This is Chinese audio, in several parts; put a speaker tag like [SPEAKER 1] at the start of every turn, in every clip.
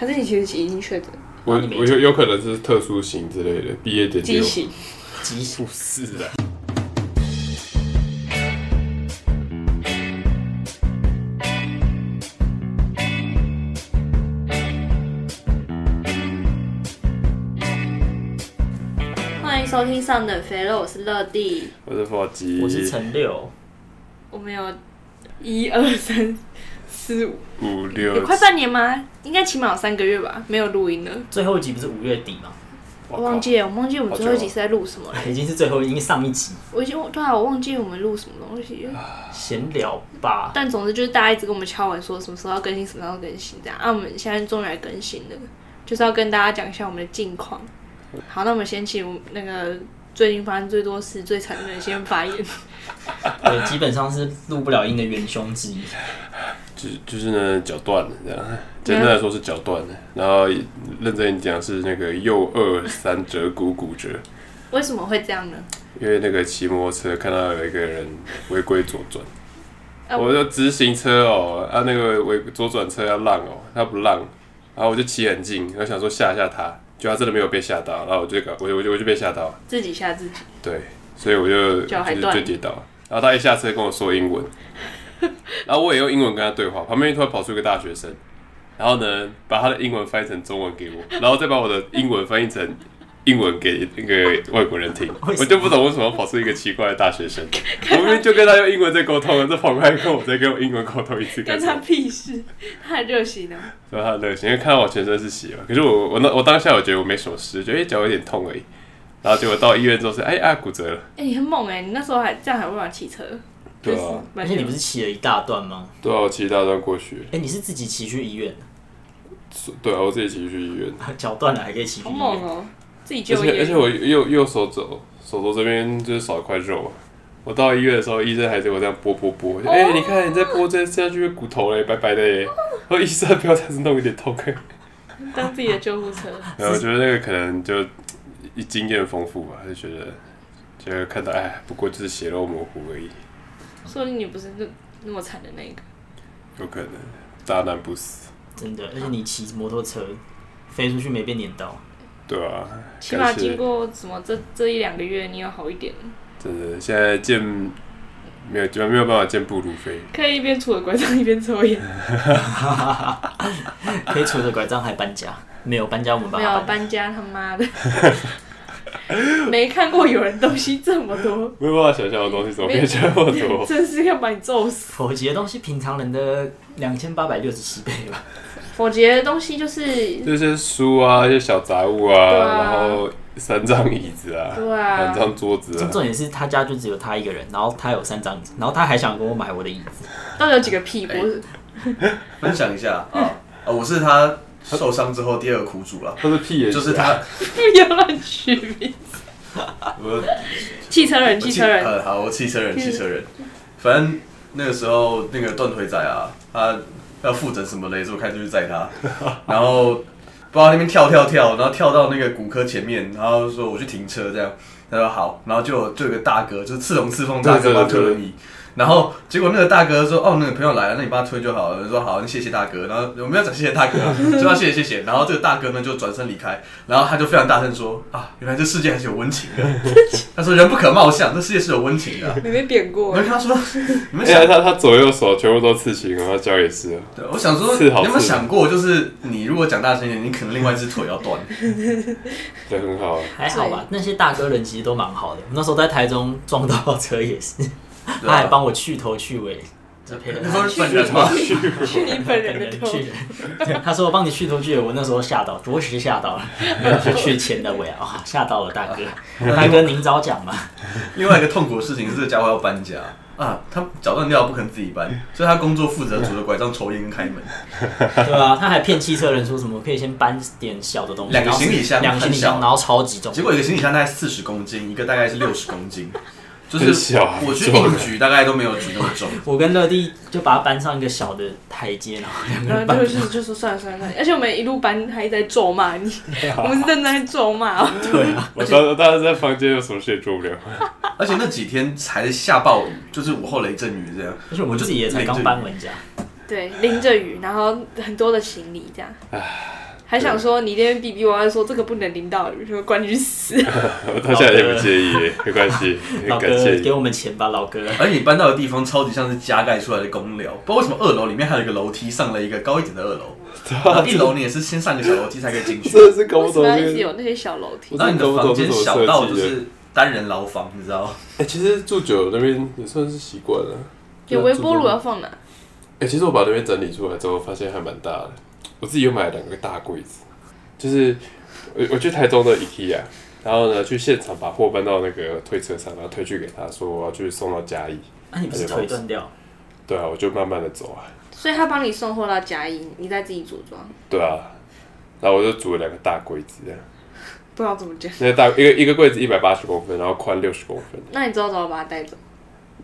[SPEAKER 1] 还是你其实已经确诊
[SPEAKER 2] 我
[SPEAKER 3] 你没
[SPEAKER 2] 我有有可能是特殊型之类的，毕业典礼
[SPEAKER 1] 畸形？
[SPEAKER 3] 激啊
[SPEAKER 2] 不是的。
[SPEAKER 1] 欢迎收听《上等肥肉》，我是乐蒂。
[SPEAKER 2] 我是佛吉，
[SPEAKER 3] 我是陈六，
[SPEAKER 1] 我们有一二三四五，
[SPEAKER 2] 五
[SPEAKER 1] 有
[SPEAKER 2] 六
[SPEAKER 1] 快半年吗？应该起码有三个月吧，没有录音了。
[SPEAKER 3] 最后一集不是五月底吗？
[SPEAKER 1] 我忘记了，我忘记我们
[SPEAKER 2] 好久
[SPEAKER 1] 最后一集是在录什么了。
[SPEAKER 3] 已经是最后，已经上一集
[SPEAKER 1] 我已经忘对啊，我忘记我们录什么东西
[SPEAKER 2] 啊
[SPEAKER 1] 了。
[SPEAKER 3] 闲聊吧。
[SPEAKER 1] 但总之就是大家一直跟我们敲完说什么时候要更新，什么时候要更新这样。啊，我们现在终于来更新了，就是要跟大家讲一下我们的近况。
[SPEAKER 2] 嗯
[SPEAKER 1] 好，那我们先请我们那个最近发生最多事、最惨的人先发言。
[SPEAKER 3] 对，基本上是录不了音的元凶之一。
[SPEAKER 2] 就就是呢脚断了这样，
[SPEAKER 1] 啊
[SPEAKER 2] 简单来说是脚断了，然后认真讲是那个右二三折骨骨折，
[SPEAKER 1] 为什么会这样呢？
[SPEAKER 2] 因为那个骑摩托车看到有一个人违规左转。
[SPEAKER 1] 啊
[SPEAKER 2] 我就直行车哦，啊那个违左转车要让哦，他不让，然后我就骑很近，我想说吓吓他，就他真的没有被吓到，然后我就搞我就我就我就被吓到，
[SPEAKER 1] 自己吓自己。
[SPEAKER 2] 对，所以我就
[SPEAKER 1] 脚还
[SPEAKER 2] 就
[SPEAKER 1] 断
[SPEAKER 2] 就跌倒了。然后他一下车跟我说英文， 然后我也用英文跟他对话，旁边突然跑出一个大学生，然后呢把他的英文翻译成中文给我，然后再把我的英文翻译成英文给那个外国人听，
[SPEAKER 3] 为什么
[SPEAKER 2] 我就不懂为什么要跑出一个奇怪的大学生，我明明就跟他用英文在沟通了，这跑过来跟我再跟我英文沟通一次干
[SPEAKER 1] 跟
[SPEAKER 2] 什
[SPEAKER 1] 他
[SPEAKER 2] 么？
[SPEAKER 1] 屁事，他很热心呢。
[SPEAKER 2] 所以他很热心，因为看到我全身是血嘛，可是我我那我当下我觉得我没什么事，觉得哎脚有点痛而已，然后结果到医院之后是哎啊骨折了，
[SPEAKER 1] 哎、你很猛哎、你那时候还这样还会玩骑车，
[SPEAKER 2] 对
[SPEAKER 1] 就是
[SPEAKER 2] 啊。
[SPEAKER 1] 蛮
[SPEAKER 3] 而且你不是骑了一大段吗？
[SPEAKER 2] 对啊，我骑大专过去，
[SPEAKER 3] 哎、你是自己骑去医院的，
[SPEAKER 2] 对啊，我自己骑去医院，
[SPEAKER 3] 脚断了还可以骑去
[SPEAKER 1] 好
[SPEAKER 3] 医
[SPEAKER 1] 猛
[SPEAKER 3] 院？
[SPEAKER 1] 哦、自己
[SPEAKER 2] 而
[SPEAKER 1] 就
[SPEAKER 2] 且
[SPEAKER 1] 业
[SPEAKER 2] 而且我右右手肘手肘这边就是少一块肉，我到医院的时候，医生还对我这样拨拨拨，我就哎、你看你在拨这这下去会骨头嘞，白白的耶，我说医生不要这样子弄，有点痛。
[SPEAKER 1] 当自己的救护车，
[SPEAKER 2] 然后我觉得那个可能就一经验丰富吧，就觉得觉得看到哎，不过就是血肉模糊而已，
[SPEAKER 1] 说不定你不是那那么惨的那个。
[SPEAKER 2] 有可能大难不死，
[SPEAKER 3] 真的，而且你骑摩托车飞出去没被碾到，
[SPEAKER 2] 对啊，
[SPEAKER 1] 起码
[SPEAKER 2] 感
[SPEAKER 1] 经
[SPEAKER 2] 谢，
[SPEAKER 1] 过什么这这一两个月，你有好一点，
[SPEAKER 2] 真的现在见没有没有办法见步如飞。
[SPEAKER 1] 可以一边杵着拐杖一边抽
[SPEAKER 2] 嗯
[SPEAKER 1] 烟。
[SPEAKER 3] 可以杵着拐杖还搬家。没有搬家，我们把
[SPEAKER 1] 没
[SPEAKER 3] 它
[SPEAKER 1] 有
[SPEAKER 3] 搬
[SPEAKER 1] 搬家，他妈的， 没看过有人东西这么多，
[SPEAKER 2] 没有办法想象的东西怎么变这么多？
[SPEAKER 1] 真是要把你揍死。
[SPEAKER 3] 佛吉的东西，平常人的两千八百六十七倍吧。
[SPEAKER 1] 否杰的东西就是，
[SPEAKER 2] 这些书啊，一些小杂物啊，
[SPEAKER 1] 对啊
[SPEAKER 2] 然后三张椅子啊，
[SPEAKER 1] 对啊
[SPEAKER 2] 两张桌子啊，
[SPEAKER 3] 重点是他家就只有他一个人，然后他有三张椅子，然后他还想跟我买我的椅子。
[SPEAKER 1] 到底有几个屁股？
[SPEAKER 4] 分享一下
[SPEAKER 1] 嗯
[SPEAKER 4] 啊啊！我是他受伤之后第二个苦主了，
[SPEAKER 2] 他是屁眼，啊
[SPEAKER 4] 就是他，
[SPEAKER 1] 不要乱取名。
[SPEAKER 4] 我
[SPEAKER 1] 汽车人，汽车人，嗯
[SPEAKER 4] 呃，好，我汽车人，汽车人。反正那个时候那个断腿仔啊，他要复诊什么的，也是我开车去载他，然后不知道那边跳跳跳，然后跳到那个骨科前面，然后说我去停车这样，他说好，然后就有就有个大哥，就是刺龙刺凤大
[SPEAKER 2] 对对
[SPEAKER 4] 哥
[SPEAKER 2] 对
[SPEAKER 4] 帮他推轮椅。然后结果那个大哥说：“哦，那个朋友来了，那你帮他推就好了。”我说：“好，那谢谢大哥。”然后我们要讲谢谢大哥、啊，就要谢谢谢谢。然后这个大哥呢就转身离开，然后他就非常大声说：“啊，原来这世界还是有温情的。”他说：“人不可貌相，这世界是有温情的啊。
[SPEAKER 1] 没被扁”
[SPEAKER 4] 我
[SPEAKER 1] 过
[SPEAKER 4] 就。跟他说：“你们
[SPEAKER 2] 哎
[SPEAKER 4] 想
[SPEAKER 2] 呀，他他左右手全部都刺青，然后脚也是啊，
[SPEAKER 4] 对，我想说，你
[SPEAKER 2] 是好
[SPEAKER 4] 有没有
[SPEAKER 2] 是
[SPEAKER 4] 想过，就是你如果讲大声一点，你可能另外一只腿要断。
[SPEAKER 2] 对，很好啊。
[SPEAKER 3] 还好吧，那些大哥人其实都蛮好的。我那时候在台中撞到车也是，
[SPEAKER 4] 对啊
[SPEAKER 3] 他还帮我去头去尾，这陪了
[SPEAKER 4] 你说
[SPEAKER 3] 他
[SPEAKER 4] 是本人吗？
[SPEAKER 1] 去你本人的
[SPEAKER 3] 人
[SPEAKER 1] 头，
[SPEAKER 3] 去 人。对他说我帮你去头去尾，我那时候吓到，着实吓到了，没有是去前的尾啊，哇吓到了大
[SPEAKER 4] 哎
[SPEAKER 3] 哥，大哥您早讲嘛。
[SPEAKER 4] 另外一个痛苦的事情是，这个家伙要搬家啊，他脚断掉不肯自己 搬，所以他工作负责拄着拐杖抽烟跟开门。
[SPEAKER 3] 对啊，他还骗汽车人说什么可以先搬点小的东西，
[SPEAKER 4] 两个
[SPEAKER 3] 然后
[SPEAKER 4] 行李箱
[SPEAKER 3] 两个行李
[SPEAKER 4] 很
[SPEAKER 3] 箱，
[SPEAKER 4] 小
[SPEAKER 3] 然后超级重
[SPEAKER 4] 结，果一个行李箱大概四十公斤，一个大概是六十公斤，就
[SPEAKER 2] 很
[SPEAKER 4] 是
[SPEAKER 2] 小啊
[SPEAKER 4] 我去硬举大概都没有举那么重。
[SPEAKER 3] 我跟乐蒂就把它搬上一个小的台阶，然后两个
[SPEAKER 1] 然后
[SPEAKER 3] 人搬
[SPEAKER 1] 就。是就说算了算了算了，而且我们一路搬还一直在咒骂 你，我们是真的在咒骂 哦。
[SPEAKER 3] 对啊，
[SPEAKER 2] 我当当时在房间有什么事也做不了，
[SPEAKER 4] 而且那几天才下暴雨，就是午后雷阵雨这样。
[SPEAKER 3] 而且我自己也才刚搬完家，
[SPEAKER 1] 对，淋着雨，然后很多的行李这样，还想说你那边比比我要说这个不能淋到雨，说关你去 死。
[SPEAKER 2] 我到现在也不介意耶，没关 系，
[SPEAKER 3] 老
[SPEAKER 2] 感谢
[SPEAKER 3] 哥给
[SPEAKER 2] 你。
[SPEAKER 3] 我们钱吧，老哥。
[SPEAKER 4] 而且你搬到的地方超级像是加盖出来的公寮，不知道为什么二楼里面还有一个楼梯，上了一个高一点的二 楼，然后一楼你也是先上个小楼梯才可以进去，
[SPEAKER 2] 真的是搞
[SPEAKER 1] 为
[SPEAKER 2] 不
[SPEAKER 1] 什
[SPEAKER 2] 懂
[SPEAKER 1] 么要
[SPEAKER 2] 啊这
[SPEAKER 1] 一直
[SPEAKER 2] 个。
[SPEAKER 1] 有那些小楼梯
[SPEAKER 2] 我？
[SPEAKER 4] 然后你的房间小到就
[SPEAKER 2] 我真的不懂这是怎么设计
[SPEAKER 4] 是单人牢房，你知道吗？
[SPEAKER 2] 哎、其实住久了那边也算是习惯了。
[SPEAKER 1] 有微波炉要放哪？
[SPEAKER 2] 哎、其实我把那边整理出来之后，发现还蛮大的。我自己又买了两个大柜子，就是我我去台中的 IKEA，然后呢去现场把货搬到那个推车上，然后推去给他说我要去送到嘉义。
[SPEAKER 3] 那、啊你不是腿断掉？
[SPEAKER 2] 对啊，我就慢慢的走啊，
[SPEAKER 1] 所以他帮你送货到甲乙，你再自己组装，
[SPEAKER 2] 对啊，然后我就组了两个大柜子，这样，
[SPEAKER 1] 不知道怎么讲。
[SPEAKER 2] 那个大一个一个柜子一百八十公分，然后宽六十公分，
[SPEAKER 1] 那你之后怎么把它带走？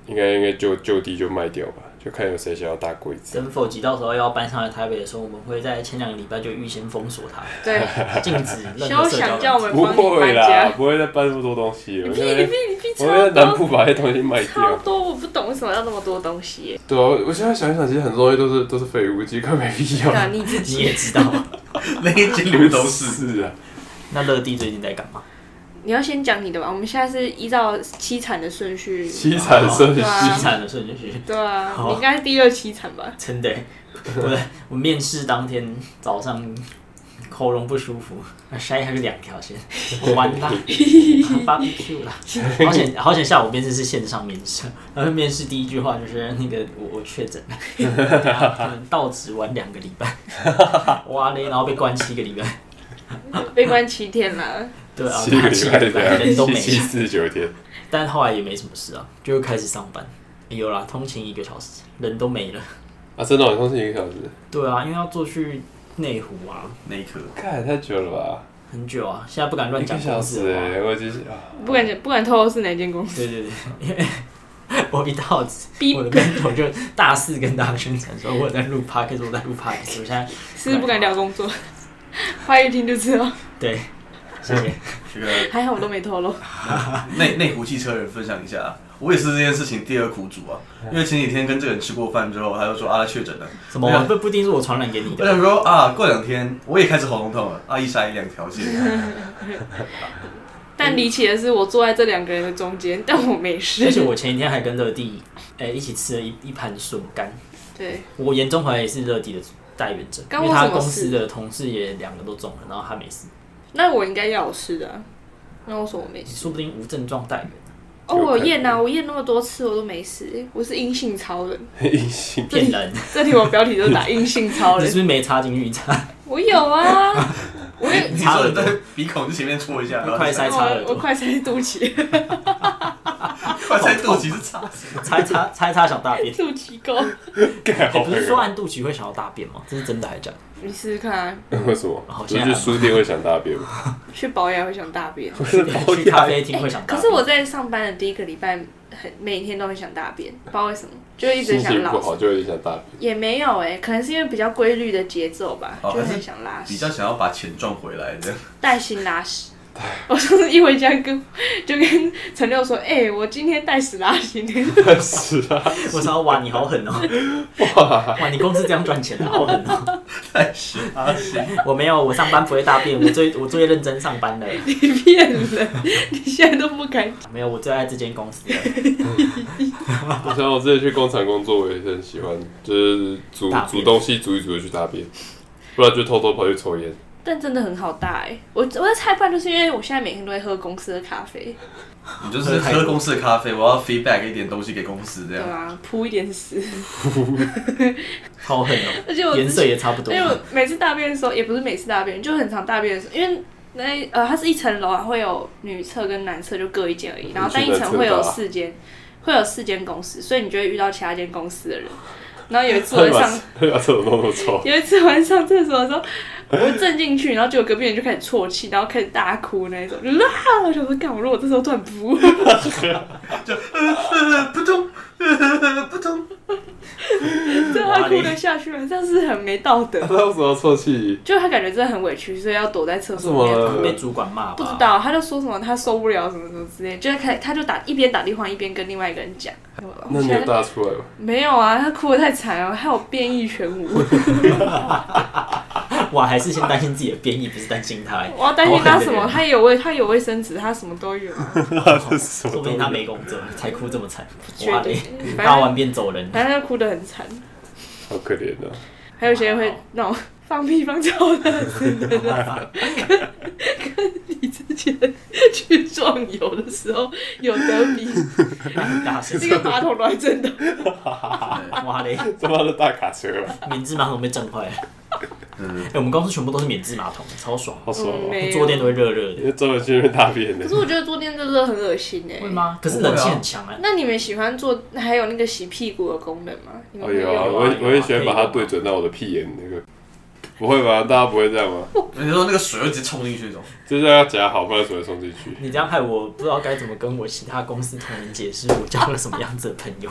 [SPEAKER 2] 应该应该就就地就卖掉吧，就看有谁想要大柜
[SPEAKER 1] 啊
[SPEAKER 2] 子。
[SPEAKER 3] 等否极到时候要搬上来台北的时候，我们会在前两个礼拜就预先封锁它，
[SPEAKER 1] 对，
[SPEAKER 3] 禁止任何
[SPEAKER 1] 休
[SPEAKER 3] 社交
[SPEAKER 1] 想
[SPEAKER 3] 软
[SPEAKER 1] 叫我
[SPEAKER 3] 件
[SPEAKER 1] 们
[SPEAKER 2] 不
[SPEAKER 1] 帮你
[SPEAKER 2] 会
[SPEAKER 1] 搬
[SPEAKER 2] 啦，
[SPEAKER 1] 家。
[SPEAKER 2] 不会再搬那么多东西
[SPEAKER 1] 你
[SPEAKER 2] 了。我
[SPEAKER 1] 屁
[SPEAKER 2] 现
[SPEAKER 1] 你
[SPEAKER 2] 在
[SPEAKER 1] 屁你屁
[SPEAKER 2] 我在
[SPEAKER 1] 超
[SPEAKER 2] 南
[SPEAKER 1] 多
[SPEAKER 2] 部把那东西卖
[SPEAKER 1] 超
[SPEAKER 2] 掉。
[SPEAKER 1] 多，我不懂为什么要那么多东西耶。
[SPEAKER 2] 对啊，我现在想一想，其实很多东西都是都是废物，其实根本没必要。
[SPEAKER 1] 啊 那你自
[SPEAKER 3] 你
[SPEAKER 1] 己，
[SPEAKER 3] 也知道，
[SPEAKER 4] 那一间里面都是。
[SPEAKER 2] 是啊，
[SPEAKER 3] 那乐蒂最近在干嘛？
[SPEAKER 1] 你要先讲你的吧。我们现在是依照凄惨的顺序。
[SPEAKER 2] 凄惨顺序
[SPEAKER 1] 对。啊
[SPEAKER 3] 凄惨的顺序，
[SPEAKER 1] 对啊，
[SPEAKER 3] 好啊
[SPEAKER 1] 你应该是第二凄惨吧？
[SPEAKER 3] 真的，我的我面试当天早上喉咙不舒服，筛下去两 条线，我完啦，barbecue 啦，好险好险！下午面试是线上面试，然后面试第一句话就是那个我我确诊了，可能到职晚两个礼 拜，哇嘞，然后被关七个礼拜，
[SPEAKER 1] 被关七天啦，
[SPEAKER 3] 对啊，
[SPEAKER 2] 七个礼拜
[SPEAKER 3] 七
[SPEAKER 2] 这
[SPEAKER 3] 人都
[SPEAKER 2] 样，
[SPEAKER 3] 没
[SPEAKER 2] 七七
[SPEAKER 3] 了
[SPEAKER 2] 四十九天，
[SPEAKER 3] 但后来也没什么事啊，就开始上班，有啦，通勤一个小时，人都没了，
[SPEAKER 2] 啊，真的，好像是一个小时，
[SPEAKER 3] 对啊，因为要坐去内湖啊，
[SPEAKER 4] 那一刻，
[SPEAKER 2] 看太久了吧？
[SPEAKER 3] 很久啊，现在不敢乱
[SPEAKER 2] 一个
[SPEAKER 3] 讲
[SPEAKER 2] 小
[SPEAKER 3] 公司
[SPEAKER 2] 时
[SPEAKER 3] 的话。
[SPEAKER 2] 哎，我已经啊，
[SPEAKER 1] 不敢讲不敢透露是哪间公司。
[SPEAKER 3] 对对对，因为 我一到
[SPEAKER 1] 逼
[SPEAKER 3] 我的跟头就大肆跟大家宣传说我在录 podcast，我在录 podcast，我现在
[SPEAKER 1] 是不是不敢聊工作，话一听就知道。
[SPEAKER 3] 对，谢谢。
[SPEAKER 4] 这个
[SPEAKER 1] 还好我都没透露。
[SPEAKER 4] 内内湖汽车人分享一下啊，我也是这件事情第二苦主啊，因为前几天跟这个人吃过饭之后，他就说啊他确诊了，
[SPEAKER 3] 什么？不不一定是我传染给你
[SPEAKER 4] 我
[SPEAKER 3] 的，
[SPEAKER 4] 想说啊过两天我也开始喉咙痛了，啊一筛两条线，
[SPEAKER 1] 但离奇的是，我坐在这两个人的中间，但我没
[SPEAKER 3] 而
[SPEAKER 1] 事。
[SPEAKER 3] 且我前一天还跟乐蒂哎、一起吃了一一盘笋干，
[SPEAKER 1] 对，
[SPEAKER 3] 我严重怀疑是乐蒂的带原者，因
[SPEAKER 1] 干我
[SPEAKER 3] 为他
[SPEAKER 1] 什么
[SPEAKER 3] 公
[SPEAKER 1] 事
[SPEAKER 3] 司的同事也两个都中了，然后他没事，
[SPEAKER 1] 那我应该要有事的啊、那我说我没事。
[SPEAKER 3] 说不定无症状带源，
[SPEAKER 1] 哦，我有验啊，我验那么多次我都没事，我是阴性超人。
[SPEAKER 2] 阴性
[SPEAKER 3] 骗人！
[SPEAKER 1] 这题我标题就打阴性超
[SPEAKER 3] 你是
[SPEAKER 1] 人
[SPEAKER 3] 不，是没插进去？插
[SPEAKER 1] 我有啊，我也
[SPEAKER 4] 你说你在鼻孔前面戳一下，然后
[SPEAKER 3] 快塞插耳
[SPEAKER 1] 我我
[SPEAKER 3] 朵，
[SPEAKER 1] 快塞肚脐，
[SPEAKER 4] 快塞肚脐是插死，
[SPEAKER 3] 插一插插一插小大便。
[SPEAKER 1] 肚脐沟。
[SPEAKER 2] 盖
[SPEAKER 3] 哎
[SPEAKER 2] 好
[SPEAKER 3] 不是说按肚脐会想要大便吗？这是真的还是假的？
[SPEAKER 1] 你试试看、啊，
[SPEAKER 2] 为什么？
[SPEAKER 3] 好
[SPEAKER 2] 不是去书店会想大便吗？
[SPEAKER 1] 去保养会想大便。欸
[SPEAKER 2] 保
[SPEAKER 3] 去咖
[SPEAKER 2] 养
[SPEAKER 3] 啡厅会想大
[SPEAKER 1] 哎可
[SPEAKER 3] 便。
[SPEAKER 1] 是我在上班的第一个礼拜，很每天都很想大便，不知道为什么，就一直
[SPEAKER 2] 心
[SPEAKER 1] 想
[SPEAKER 2] 情不
[SPEAKER 1] 拉
[SPEAKER 2] 好
[SPEAKER 1] 屎。
[SPEAKER 2] 就会想大便。
[SPEAKER 1] 也没有哎、可能是因为比较规律的节奏吧，
[SPEAKER 4] 哦
[SPEAKER 1] 就
[SPEAKER 4] 还
[SPEAKER 1] 很
[SPEAKER 4] 是
[SPEAKER 1] 想拉
[SPEAKER 4] 比较
[SPEAKER 1] 屎，
[SPEAKER 4] 想要把钱赚回来这样。
[SPEAKER 1] 带薪拉屎。 我上次一回家跟就跟陈六说，哎、我今天带屎拉屎，
[SPEAKER 2] 是啊，
[SPEAKER 3] 我想要哇，你好 狠哦、哇，你公司这样赚钱的，好狠哦、
[SPEAKER 4] 太屎啊行，
[SPEAKER 3] 我没有，我上班不会大便，我最我最认真上班的，
[SPEAKER 1] 你骗人， 你现在都不敢讲。
[SPEAKER 3] 没有，我最爱这间公司了。
[SPEAKER 2] 我想我之前去工厂工作，我也是很喜欢，就是煮
[SPEAKER 3] 大
[SPEAKER 2] 煮
[SPEAKER 3] 便
[SPEAKER 2] 东西煮一煮就去大便，不然就偷偷跑去抽烟。
[SPEAKER 1] 但真的很好大哎、我我在菜饭就是因为我现在每天都会喝公司的咖啡，
[SPEAKER 4] 你就是喝公司的咖啡，我要 feedback 一点东西给公司
[SPEAKER 1] 对
[SPEAKER 4] 这样。
[SPEAKER 1] 啊，铺一点 屎，
[SPEAKER 3] 好狠哦、
[SPEAKER 1] 而且我
[SPEAKER 3] 颜色也差不
[SPEAKER 1] 因
[SPEAKER 3] 多
[SPEAKER 1] 为。我每次大便的时候，也不是每次大便，就很常大便的时候，因为那呃，它是一层楼啊，会有女厕跟男厕就各一间而已，然后但一层会
[SPEAKER 3] 啊
[SPEAKER 1] 有四间，会有四间公司，所以你就会遇到其他间公司的人。然后有一次我在上，
[SPEAKER 2] 会把厕所弄那么臭
[SPEAKER 1] ，有一次我在上厕所的时候，我就震进去，然后结果隔壁人就开始啜泣，然后开始大哭那一种，就啦！我想说，干，我如果这时候突然不，
[SPEAKER 4] 呃扑通，呃扑 通，
[SPEAKER 1] 这他哭得下去吗？这样是很没道德
[SPEAKER 2] 他。 为什么要臭气？
[SPEAKER 1] 就他感觉真的很委屈，所以要躲在厕所里
[SPEAKER 2] 为
[SPEAKER 1] 面
[SPEAKER 2] 什么
[SPEAKER 3] 会被主管骂吧？
[SPEAKER 1] 不知。道，他就说什么他受不了什么什么之类，就是开他就打一边打电话一边跟另外一个人讲。
[SPEAKER 2] 那你有大出来吗？
[SPEAKER 1] 没有啊，他哭得太惨了，害我变异全无。
[SPEAKER 3] 我还是先担心自己的变异，不是担心他、欸。
[SPEAKER 1] 我要担心他什
[SPEAKER 3] 好
[SPEAKER 1] 么？
[SPEAKER 3] 狠的人
[SPEAKER 1] 他有卫，他有卫生纸，他什么都有啊、
[SPEAKER 2] 这是什么
[SPEAKER 3] 说不
[SPEAKER 2] 东
[SPEAKER 3] 定他
[SPEAKER 2] 西？
[SPEAKER 3] 没工作，才哭这么惨。
[SPEAKER 1] 确
[SPEAKER 3] 哇嘞
[SPEAKER 1] 定，反
[SPEAKER 3] 大完
[SPEAKER 1] 正
[SPEAKER 3] 便走人。
[SPEAKER 1] 反正哭得很惨。
[SPEAKER 2] 好可怜啊！
[SPEAKER 1] 还有一些会那种 放屁放超大声的那种，跟跟你之前去壮游的时候有得比，
[SPEAKER 3] 大声
[SPEAKER 1] 这个马桶乱震动，
[SPEAKER 3] 哇嘞，
[SPEAKER 2] 他妈的大卡车吧，
[SPEAKER 3] 免治马桶被震坏了。
[SPEAKER 4] 嗯
[SPEAKER 3] 哎、我们公司全部都是免治马桶，超爽，
[SPEAKER 2] 好爽
[SPEAKER 1] 嗯
[SPEAKER 2] 哦！
[SPEAKER 1] 没有
[SPEAKER 3] 坐垫都会热热的。
[SPEAKER 2] 你专门去那边大便
[SPEAKER 1] 可
[SPEAKER 2] 的
[SPEAKER 1] 是，我觉得坐垫真的很恶心哎、
[SPEAKER 3] 会吗？可是冷气很强哎、
[SPEAKER 1] 那你们喜欢做还有那个洗屁股的功能吗？你们
[SPEAKER 2] 哦
[SPEAKER 1] 会
[SPEAKER 2] 有啊，
[SPEAKER 1] 用
[SPEAKER 2] 我
[SPEAKER 1] 吗？
[SPEAKER 2] 也我也喜欢把它对准到我的屁眼那个，不会吧？大家不会这样吗？
[SPEAKER 4] 你说那个水会直接冲进去那种，
[SPEAKER 2] 就是要夹好，不然水会冲进去。
[SPEAKER 3] 你这样害我不知道该怎么跟我其他公司同仁解释我交了什么样子的朋友。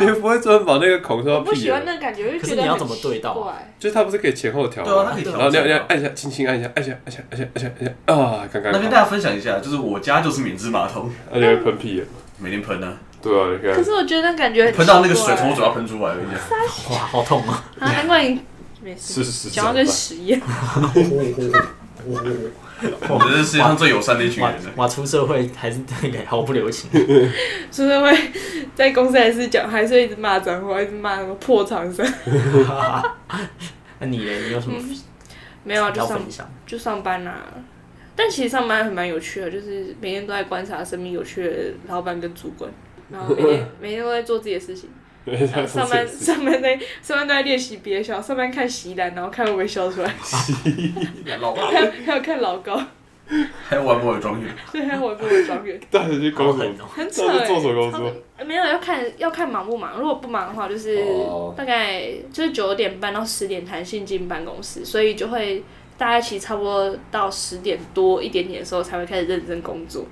[SPEAKER 2] 你不会专门把那个孔送到
[SPEAKER 1] 我不
[SPEAKER 2] 屁
[SPEAKER 1] 喜欢
[SPEAKER 2] 眼？
[SPEAKER 1] 那个感觉，我就
[SPEAKER 3] 可
[SPEAKER 1] 觉
[SPEAKER 3] 是
[SPEAKER 1] 得
[SPEAKER 3] 你要
[SPEAKER 1] 很
[SPEAKER 3] 怎么对到啊
[SPEAKER 1] 奇怪
[SPEAKER 2] 就是它不是可以前后调
[SPEAKER 4] 对啊，它
[SPEAKER 2] 吗
[SPEAKER 4] 可？以调
[SPEAKER 2] 然后你要
[SPEAKER 4] 整
[SPEAKER 2] 你要
[SPEAKER 4] 啊。
[SPEAKER 2] 按一下，轻轻按一下，按一下，按一下，按一下，按一下，按一下，按一下啊，刚刚
[SPEAKER 3] 嗯
[SPEAKER 4] 那跟
[SPEAKER 2] 好
[SPEAKER 4] 大，家分享一下，就是我家就是免治马桶，
[SPEAKER 2] 那你会喷屁眼吗？
[SPEAKER 4] 每天喷啊，
[SPEAKER 2] 对啊，你
[SPEAKER 1] 可
[SPEAKER 2] 看，
[SPEAKER 1] 是我觉得那感觉很
[SPEAKER 4] 喷到那个
[SPEAKER 1] 奇怪
[SPEAKER 4] 水从我嘴巴喷出来，我跟你讲，
[SPEAKER 3] 哇，好痛啊！
[SPEAKER 1] 啊，难怪你 没事，
[SPEAKER 2] 是是是，
[SPEAKER 1] 讲到跟屎一样。
[SPEAKER 4] 我们这是世界上最友善的一群
[SPEAKER 3] 哇
[SPEAKER 4] 人了。
[SPEAKER 3] 哇，出社会还是那个毫不留情。
[SPEAKER 1] 是不是会在公司还是讲，还是会一直骂脏话，一直骂什么破厂商？
[SPEAKER 3] 那你呢？你有什么
[SPEAKER 1] 没有啊，就
[SPEAKER 3] 要
[SPEAKER 1] 上
[SPEAKER 3] 分享？
[SPEAKER 1] 就上班啦、但其实上班还蛮有趣的，就是每天都在观察身边有趣的老板跟主管，然后每 天每天都在做自己的事情。
[SPEAKER 2] 上
[SPEAKER 1] 上班上班在上班都在练习憋笑，上班看席兰，然后看会不会笑出 来，
[SPEAKER 4] 老爸
[SPEAKER 1] 还有还有看老高，
[SPEAKER 4] 还玩不玩庄园？
[SPEAKER 1] 对，还有我不会装 远，
[SPEAKER 2] 到底去
[SPEAKER 3] 好
[SPEAKER 2] 搞什
[SPEAKER 3] 狠
[SPEAKER 2] 么？
[SPEAKER 3] 哦！
[SPEAKER 1] 很扯、
[SPEAKER 2] 到底
[SPEAKER 1] 欸。
[SPEAKER 2] 是做什么工
[SPEAKER 1] 超
[SPEAKER 2] 作？
[SPEAKER 1] 呃没有要看要看忙不忙，如果不忙的话，就是
[SPEAKER 2] 哦
[SPEAKER 1] 大概就是九点半到十点弹性进办公室，所以就会大家其实差不多到十点多一点点的时候才会开始认真工作，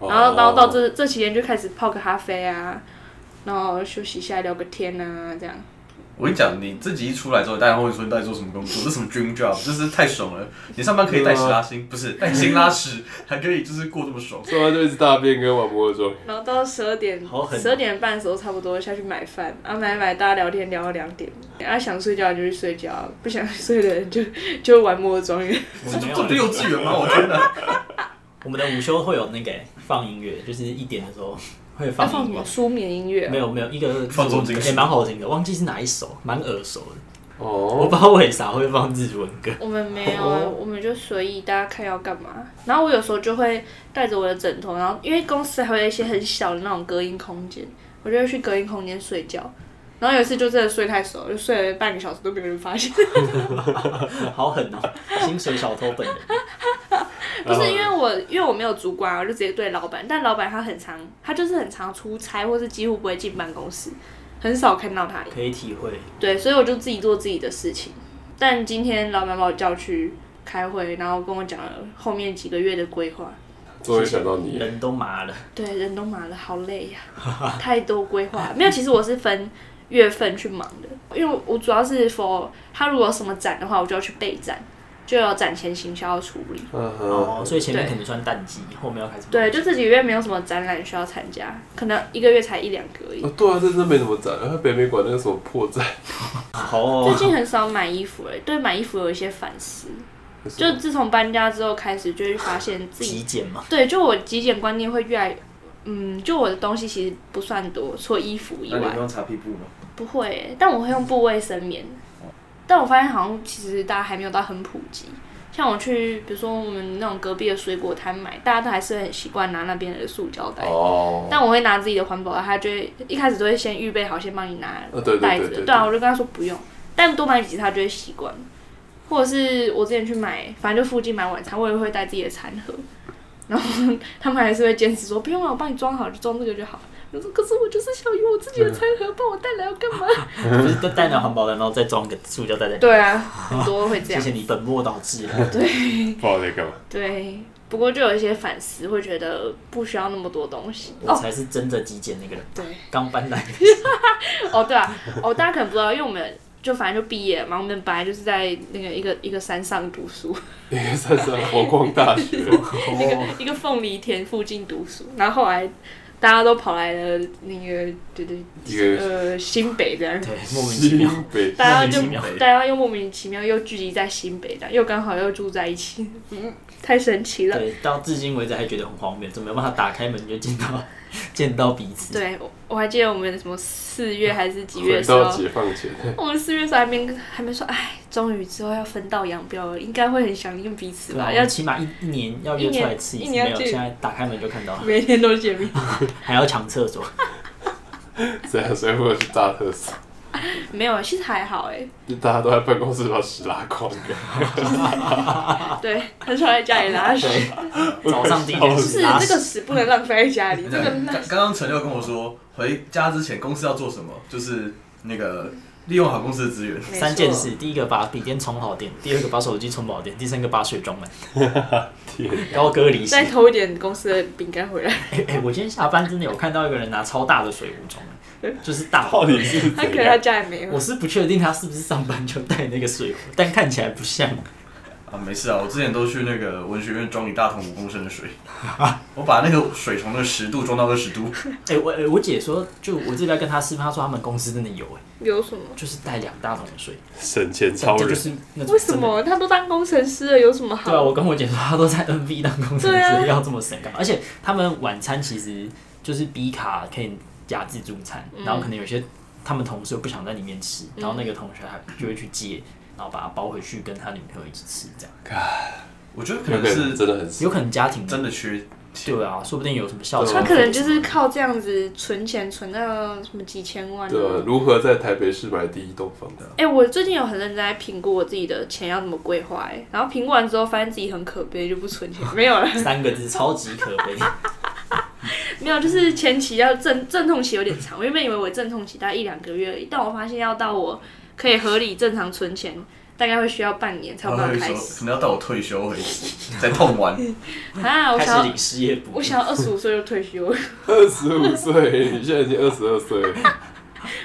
[SPEAKER 2] 哦
[SPEAKER 1] 然
[SPEAKER 3] 哦
[SPEAKER 1] 后然后到这这期间就开始泡个咖啡啊，然后休息一下聊个天啊，这样。
[SPEAKER 4] 我跟你讲，你自己一出来之后，大家会问说你到底做什么工作？这什么 dream job？这是太爽了！你上班可以带屎拉星，不是带星拉屎，还可以就是过这么爽。
[SPEAKER 2] 上班就一直大便跟玩摩托车，
[SPEAKER 1] 然后到十二点
[SPEAKER 3] 好，狠哦
[SPEAKER 1] 十二点半的时候差不多下去买饭，然后买一买大家聊天聊到两点，然后想睡觉就去睡觉，不想睡的人就就玩摩庄园。
[SPEAKER 3] 我没
[SPEAKER 4] 这不
[SPEAKER 3] 有啊
[SPEAKER 4] 是幼稚园吗？我天哪！
[SPEAKER 3] 我们的午休会有那个欸放音乐，就是一点的时候会
[SPEAKER 1] 要
[SPEAKER 3] 放
[SPEAKER 1] 放什
[SPEAKER 3] 音
[SPEAKER 1] 么
[SPEAKER 3] 乐。
[SPEAKER 1] 舒眠音乐、啊？
[SPEAKER 3] 没有没有，一个
[SPEAKER 4] 放中金
[SPEAKER 3] 也蛮好听的，忘记是哪一首，蛮耳熟的。我
[SPEAKER 2] 哦，
[SPEAKER 3] 不知道为啥会放日文歌，
[SPEAKER 1] 我们没有啊，我们就随意大家看要干嘛。然后我有时候就会带着我的枕头，然后因为公司还会有一些很小的那种隔音空间，我就会去隔音空间睡觉。然后有一次就真的睡太熟，就睡了半个小时都没有人发现。
[SPEAKER 3] 好狠哦！薪水小偷本人，
[SPEAKER 1] 不是因为我，因为我没有主管啊，我就直接对老板。但老板他很常，他就是很常出差，或是几乎不会进办公室，很少看到他。
[SPEAKER 3] 可以体会。
[SPEAKER 1] 对，所以我就自己做自己的事情。但今天老板把我叫去开会，然后跟我讲了后面几个月的规划。
[SPEAKER 2] 终于想到你，
[SPEAKER 1] 哦
[SPEAKER 3] 人都麻了，
[SPEAKER 1] 对，人都忙了，好累呀、太多规划。没有，其实我是分月份去忙的，因为我主要是 for 他如果有什么展的话，我就要去备展，就有展前行销要处理。
[SPEAKER 2] 嗯
[SPEAKER 3] 哦，
[SPEAKER 2] 哼，
[SPEAKER 3] 所以前面
[SPEAKER 1] 对
[SPEAKER 3] 可能算淡季，后面要开始忙。
[SPEAKER 1] 对，就这几个月没有什么展览需要参加，可能一个月才一两个而已。
[SPEAKER 2] 哦对啊，这真的没怎么展，他北美馆那个什么破绽，
[SPEAKER 3] 好
[SPEAKER 1] 最
[SPEAKER 3] 哦，
[SPEAKER 1] 近很少买衣服了，对买衣服有一些反思。就自从搬家之后开始，就会发现自己
[SPEAKER 3] 极简嘛，
[SPEAKER 1] 对，就我极简观念会越来，嗯，就我的东西其实不算多，除了衣服以外，
[SPEAKER 4] 用擦屁股吗？
[SPEAKER 1] 不会耶、但我会用布卫生棉。但我发现好像其实大家还没有到很普及。像我去，比如说我们那种隔壁的水果摊买，大家都还是很习惯拿那边的塑胶袋。
[SPEAKER 2] 哦，
[SPEAKER 1] 但我会拿自己的环保袋，他就会一开始都会先预备好，先帮你拿
[SPEAKER 2] 呃对对对
[SPEAKER 1] 袋子。
[SPEAKER 2] 对对
[SPEAKER 1] 啊，我就跟他说不用，但多买几次他就会习惯。或者是我之前去买，反正就附近买晚餐，我也会带自己的餐盒。然后他们还是会坚持说不用了，我帮你装好，就装这个就好。我说可是我就是想有我自己的餐盒，帮我带来要干嘛？
[SPEAKER 3] 就是都带那环保袋，然后再装个塑胶袋在。
[SPEAKER 1] 对啊，很多会这
[SPEAKER 3] 谢
[SPEAKER 1] 样
[SPEAKER 3] 谢。你本末倒置了。
[SPEAKER 2] 不知道在干嘛，
[SPEAKER 1] 对，不过就有一些反思，会觉得不需要那么多东西。
[SPEAKER 3] 我
[SPEAKER 1] 哦，
[SPEAKER 3] 才是真的极简那个人，
[SPEAKER 1] 对。
[SPEAKER 3] 刚搬来。
[SPEAKER 1] 哦，对啊，哦，大家可能不知道，因为我们就反正就毕业了嘛，我们本来就是在那个一个一个山上读书，
[SPEAKER 2] 一个 啊算是佛光大学，
[SPEAKER 3] 哦
[SPEAKER 1] 一个一个凤梨田附近读书，然后后来大家都跑来了那个对对
[SPEAKER 2] 一个
[SPEAKER 1] 呃新北这样，
[SPEAKER 3] 对，莫名其
[SPEAKER 2] 西
[SPEAKER 3] 妙。
[SPEAKER 2] 北
[SPEAKER 1] 大家就
[SPEAKER 3] 莫名其妙
[SPEAKER 1] 大家又莫名其妙又聚集在新北这样，又刚好又住在一起，嗯，太神奇了。
[SPEAKER 3] 对，到至今为止还觉得很荒谬，怎么有办法打开门就见到见到彼此？
[SPEAKER 1] 对，我我还记得我们什么四月还是几月
[SPEAKER 2] 回
[SPEAKER 1] 的时
[SPEAKER 2] 到
[SPEAKER 1] 候，
[SPEAKER 2] 解放前，
[SPEAKER 1] 我们四月的时候还没还没说，哎，终于之后要分道扬镳了，应该会很想念彼此
[SPEAKER 3] 对
[SPEAKER 1] 吧？
[SPEAKER 3] 吧？我们
[SPEAKER 1] 啊要
[SPEAKER 3] 起码一一年要约出来吃一
[SPEAKER 1] 一
[SPEAKER 3] 次，没
[SPEAKER 1] 年一年
[SPEAKER 3] 有，
[SPEAKER 1] 要见
[SPEAKER 3] 现在打开门就看 到，
[SPEAKER 1] 每天都见 面，
[SPEAKER 3] 还要抢厕所。
[SPEAKER 2] 这样所以我有去大特斯，
[SPEAKER 1] 没有，其实还好哎，
[SPEAKER 2] 就大家都在办公室把屎拉光了，
[SPEAKER 3] 啊
[SPEAKER 1] 对，很少在家里拉 屎，
[SPEAKER 3] 早上第一件
[SPEAKER 1] 不
[SPEAKER 3] 事
[SPEAKER 1] 是
[SPEAKER 3] 拉
[SPEAKER 1] 这
[SPEAKER 3] 屎
[SPEAKER 1] 个屎不能浪费在家里，这个
[SPEAKER 4] 刚刚刚陈六跟我说，回家之前公司要做什么，就是那个利用好公司的资源。
[SPEAKER 1] 没错
[SPEAKER 3] 三件事，第一个把笔电充好电，第二个把手机充饱电，第三个把水装满。
[SPEAKER 2] 天，
[SPEAKER 3] 高歌离席。
[SPEAKER 1] 再
[SPEAKER 3] 哎、
[SPEAKER 1] 偷一点公司的饼干 回来，
[SPEAKER 3] 哎我今天下班真的有看到一个人拿超大的水壶装，就是大
[SPEAKER 2] 到底是
[SPEAKER 1] 他可能
[SPEAKER 2] 怎
[SPEAKER 1] 他
[SPEAKER 2] 样？
[SPEAKER 1] 家里没有
[SPEAKER 3] 我。是不确定他是不是上班就带那个水壶，但看起来不像。
[SPEAKER 4] 啊，没事啊，我之前都去那个文学院装一大桶五公升的水， 我把那个水从那十度装到二十度，
[SPEAKER 3] 哎、我、哎我姐说，就我这边跟她私她说他们公司真的有、哎，
[SPEAKER 1] 有什么？
[SPEAKER 3] 就是带两大桶的水，
[SPEAKER 2] 省钱超
[SPEAKER 3] 这就
[SPEAKER 2] 人，
[SPEAKER 3] 是那种
[SPEAKER 1] 为什
[SPEAKER 3] 真的？
[SPEAKER 1] 么他都当工程师了，有什么
[SPEAKER 3] 对啊，
[SPEAKER 1] 好？
[SPEAKER 3] 我跟我姐说，她都在 NV 当工程师，
[SPEAKER 1] 对啊
[SPEAKER 3] 要这么省干嘛？而且他们晚餐其实就是 B 卡可以加自助餐，
[SPEAKER 1] 嗯
[SPEAKER 3] 然后可能有些他们同事又不想在里面吃，然后那个同学还就会去接，然后把它包回去跟他女朋友一起吃，这样
[SPEAKER 4] 我觉得可
[SPEAKER 2] 有
[SPEAKER 4] 能
[SPEAKER 2] 可能
[SPEAKER 4] 是
[SPEAKER 2] 真的很
[SPEAKER 3] 有可能家庭
[SPEAKER 4] 真的缺
[SPEAKER 3] 对啊，说不定有什么孝
[SPEAKER 2] 对
[SPEAKER 3] 心。
[SPEAKER 1] 他可能就是靠这样子存钱，存到什么几千万啊。
[SPEAKER 2] 对啊，如何在台北市买第一栋房啊的？
[SPEAKER 1] 哎、我最近有很认真在评估我自己的钱要怎么规划，哎，然后评估完之后发现自己很可悲，就不存钱，没有了，
[SPEAKER 3] 三个字，超级可悲。
[SPEAKER 1] 没有，就是前期要阵阵痛期有点长，我原本以为我阵痛期大概一两个月而已，但我发现要到我可以合理正常存钱，大概会需要半年才有
[SPEAKER 4] 他
[SPEAKER 1] 办
[SPEAKER 4] 会
[SPEAKER 1] 法开
[SPEAKER 4] 哦说
[SPEAKER 1] 始
[SPEAKER 4] 可能要到我退休为止，再痛完。
[SPEAKER 1] 啊！ 我想
[SPEAKER 3] 开始
[SPEAKER 1] 要，
[SPEAKER 3] 领失业补
[SPEAKER 1] 我，想要二十五岁就退休了，
[SPEAKER 2] 二十五岁，你现在已经二十二岁，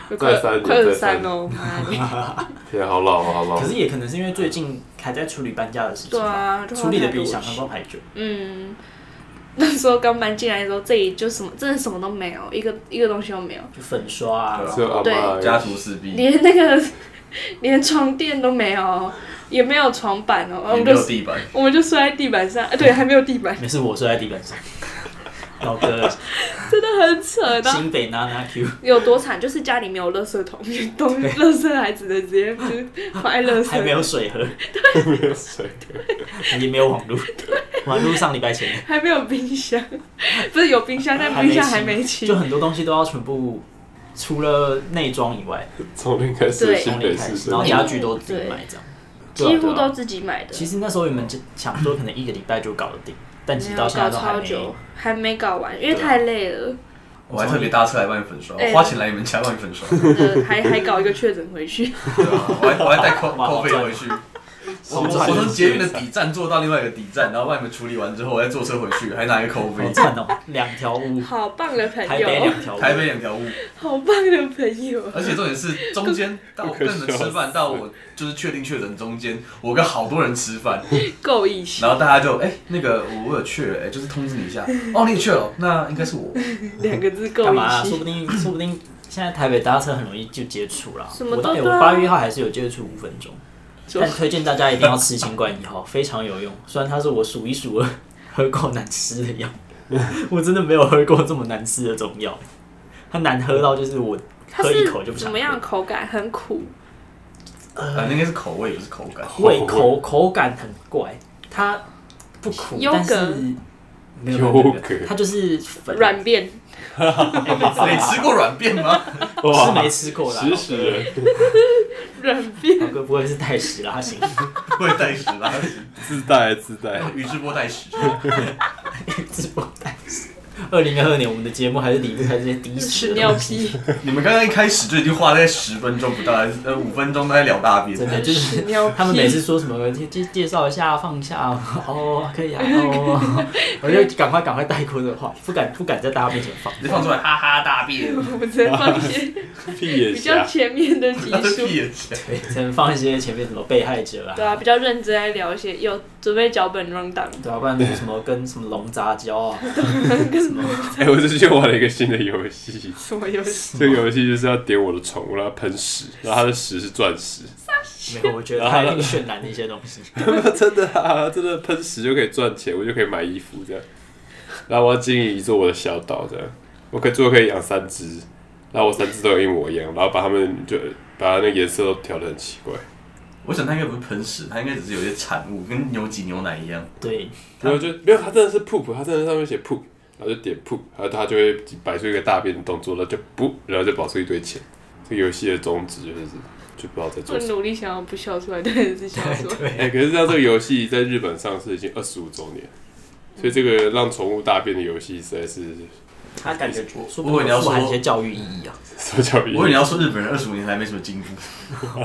[SPEAKER 1] 我快
[SPEAKER 2] 再三年
[SPEAKER 1] 快二
[SPEAKER 2] 再
[SPEAKER 1] 十
[SPEAKER 2] 三
[SPEAKER 1] 三哦喽，妈的！
[SPEAKER 2] 天啊，好老啊，好老
[SPEAKER 3] 可。是也可能是因为最近还在处理搬家的事情
[SPEAKER 1] 对
[SPEAKER 3] 吧，
[SPEAKER 1] 啊，就花
[SPEAKER 3] 处理的
[SPEAKER 1] 太
[SPEAKER 3] 比
[SPEAKER 1] 多
[SPEAKER 3] 想
[SPEAKER 1] 时
[SPEAKER 3] 象中还久。
[SPEAKER 1] 嗯， 那时候刚搬进来的时候，这里就什么真的什么都没有，一个一个东西都没有，
[SPEAKER 3] 就粉刷啊，
[SPEAKER 4] 对啊
[SPEAKER 2] 只有阿
[SPEAKER 1] 对
[SPEAKER 2] 妈
[SPEAKER 4] 家徒四壁，
[SPEAKER 1] 连那个 连床垫都没有，也没有床板哦，然后我
[SPEAKER 4] 也
[SPEAKER 1] 们
[SPEAKER 4] 没
[SPEAKER 1] 就
[SPEAKER 4] 有地板，
[SPEAKER 1] 我们就睡在地板上，啊对，还没有地 板，
[SPEAKER 3] 没事，我睡在地板上。 老哥，
[SPEAKER 1] 真的很扯。然后
[SPEAKER 3] 新北娜娜 Q，
[SPEAKER 1] 有多惨，就是家里没有垃圾桶， 东垃圾还只能直接就是放在垃
[SPEAKER 3] 还
[SPEAKER 1] 圾
[SPEAKER 3] 没。有水喝，
[SPEAKER 2] 没有水，
[SPEAKER 3] 也没有网路，网路上礼拜前
[SPEAKER 1] 还没有冰箱， 不是有冰箱，但冰箱还没
[SPEAKER 3] 清，
[SPEAKER 1] 起
[SPEAKER 3] 就。很多东西都要全部。除了内装以外，
[SPEAKER 2] 从零开始
[SPEAKER 1] 对
[SPEAKER 2] 新
[SPEAKER 3] 从
[SPEAKER 2] 北
[SPEAKER 3] 零开
[SPEAKER 2] 市
[SPEAKER 3] 始，
[SPEAKER 2] 生
[SPEAKER 3] 然后
[SPEAKER 2] 活，
[SPEAKER 3] 家具都自己买这样。
[SPEAKER 1] 几乎都自己买的，
[SPEAKER 3] 啊其实那时候你们就想说可能一个礼拜就搞得定，但其
[SPEAKER 1] 没有
[SPEAKER 3] 实到
[SPEAKER 1] 搞
[SPEAKER 3] 现在都还
[SPEAKER 1] 超
[SPEAKER 3] 没啊有
[SPEAKER 1] 久，。还没搞完，因为太累了。
[SPEAKER 4] 我还特别搭车来帮你粉刷，
[SPEAKER 1] 哎
[SPEAKER 4] 我花钱来你们家帮你粉刷，
[SPEAKER 1] 呃，还还搞一个确诊回去，
[SPEAKER 4] 对啊，我还我还带扣
[SPEAKER 3] 哇
[SPEAKER 4] 扣
[SPEAKER 3] 好
[SPEAKER 4] 费
[SPEAKER 3] 赚
[SPEAKER 4] 回去。
[SPEAKER 3] 好
[SPEAKER 4] 我
[SPEAKER 3] 赚
[SPEAKER 4] 我从捷运的底站坐到另外一个底站，然后帮你们处理完之后，我再坐车回去，还拿一个扣
[SPEAKER 3] 好
[SPEAKER 4] 费。
[SPEAKER 3] 赚哦，两条屋，
[SPEAKER 1] 好棒的朋
[SPEAKER 3] 台北
[SPEAKER 1] 友，
[SPEAKER 3] 两条屋，
[SPEAKER 4] 台北两条路，
[SPEAKER 1] 好棒的朋友，
[SPEAKER 4] 而且重点是中间 到跟你们吃饭到我就是确定确诊中间，我跟好多人吃饭，
[SPEAKER 1] 够意思。
[SPEAKER 4] 然后大家就哎、那个我有确了，哎、就是通知你一下，哦你也确了，那应该是 我，
[SPEAKER 1] 两个字够
[SPEAKER 3] 干
[SPEAKER 1] 意
[SPEAKER 3] 嘛啊？说
[SPEAKER 1] 思。
[SPEAKER 3] 不定说不定现在台北搭车很容易就接触啦。
[SPEAKER 1] 什么
[SPEAKER 3] 我
[SPEAKER 1] 都
[SPEAKER 3] 到哎
[SPEAKER 1] 对
[SPEAKER 3] 我
[SPEAKER 1] 啊
[SPEAKER 3] 八月一号还是有接触五分钟，
[SPEAKER 1] 说
[SPEAKER 3] 但推荐大家一定要吃新冠一号，非常有用。虽然它是我数一数二喝过难吃的药， 我真的没有喝过这么难吃的中药，它难喝到就是我
[SPEAKER 1] 它
[SPEAKER 3] 喝一
[SPEAKER 1] 是
[SPEAKER 3] 口就不
[SPEAKER 1] 怎
[SPEAKER 3] 想
[SPEAKER 1] 么
[SPEAKER 3] 喝。
[SPEAKER 1] 样？口感很苦，
[SPEAKER 4] 啊那应该是口味不是口感，
[SPEAKER 3] 味口口感很怪，它不苦，
[SPEAKER 1] 优
[SPEAKER 3] 但是
[SPEAKER 1] 格
[SPEAKER 3] 没有没有没有
[SPEAKER 2] 优格
[SPEAKER 3] 它就是粉，
[SPEAKER 1] 软便。
[SPEAKER 4] 你吃过软便吗？
[SPEAKER 3] 是
[SPEAKER 2] 哇
[SPEAKER 3] 没，吃过 啦。
[SPEAKER 2] 食死人，
[SPEAKER 1] 软便
[SPEAKER 3] 老哥不会是啊太食啦， 行。
[SPEAKER 4] 不会带屎啦，
[SPEAKER 2] 自带自带，
[SPEAKER 4] 宇智波带屎，
[SPEAKER 3] 直播带二零二二年，我们的节目还是离不开这些低
[SPEAKER 1] 屎
[SPEAKER 3] 俗
[SPEAKER 1] 尿， 屁，
[SPEAKER 4] 你们刚刚一开始就已经花了大概十分钟不到，还是呃五分钟都在聊大便，
[SPEAKER 3] 真的啊就
[SPEAKER 1] 屎
[SPEAKER 3] 是。
[SPEAKER 1] 尿屁。
[SPEAKER 3] 他们每次说什么介介介绍一下放下 哦，可以 啊哦，我就赶快赶快带过这话，不敢不敢在大家面前放。
[SPEAKER 4] 你放出来哈哈大 便，
[SPEAKER 1] 我们只能放一些
[SPEAKER 2] 屁眼
[SPEAKER 1] 比较
[SPEAKER 2] 侠，
[SPEAKER 1] 前面的集
[SPEAKER 4] 他的
[SPEAKER 1] 数
[SPEAKER 3] 啊
[SPEAKER 4] 屁，眼前，
[SPEAKER 3] 对，只能放一些前面什么被害者啊，
[SPEAKER 1] 对啊，比较认真来聊一些有准备脚本 run down。
[SPEAKER 3] 对啊，不然什么跟什么龙杂交啊，
[SPEAKER 2] 哎、我最近玩了一个新的游戏，
[SPEAKER 1] 什么游戏？
[SPEAKER 2] 这个游戏就是要点我的宠物，让它喷屎，然后它的屎是钻石，
[SPEAKER 3] 没有，我觉得它一定渲染了一些东西。
[SPEAKER 2] 真的啊，真的喷屎就可以赚钱，我就可以买衣服这样。然后我要经营一座我的小岛这样，我可以最后可以养三只，然后我三只都有一模一样，然后把它们就把它那个颜色都调得很奇怪。
[SPEAKER 4] 我想它应该不是喷屎，它应该只是有一些产物，跟牛挤牛奶一样。
[SPEAKER 3] 对，它
[SPEAKER 2] 然后就没有，它真的是 poop，它真的上面写 poop，然后就点 poop，然后它就会摆出一个大便的动作，然后就不，然后就跑出一堆钱。这个游戏的宗旨就是就不知道在做
[SPEAKER 1] 我
[SPEAKER 2] 什么。
[SPEAKER 1] 努力想要不笑出来，但是笑出 来。
[SPEAKER 2] 哎、可是像这个游戏在日本上市已经二十五周年，所以这个让宠物大便的游戏实在是
[SPEAKER 3] 它感觉说
[SPEAKER 4] 我以
[SPEAKER 3] 不
[SPEAKER 4] 为你要
[SPEAKER 3] 定
[SPEAKER 4] 说
[SPEAKER 3] 富含一些教育意义啊。
[SPEAKER 2] 什么叫
[SPEAKER 4] 我以为你要说日本人二十五年来没什么进步，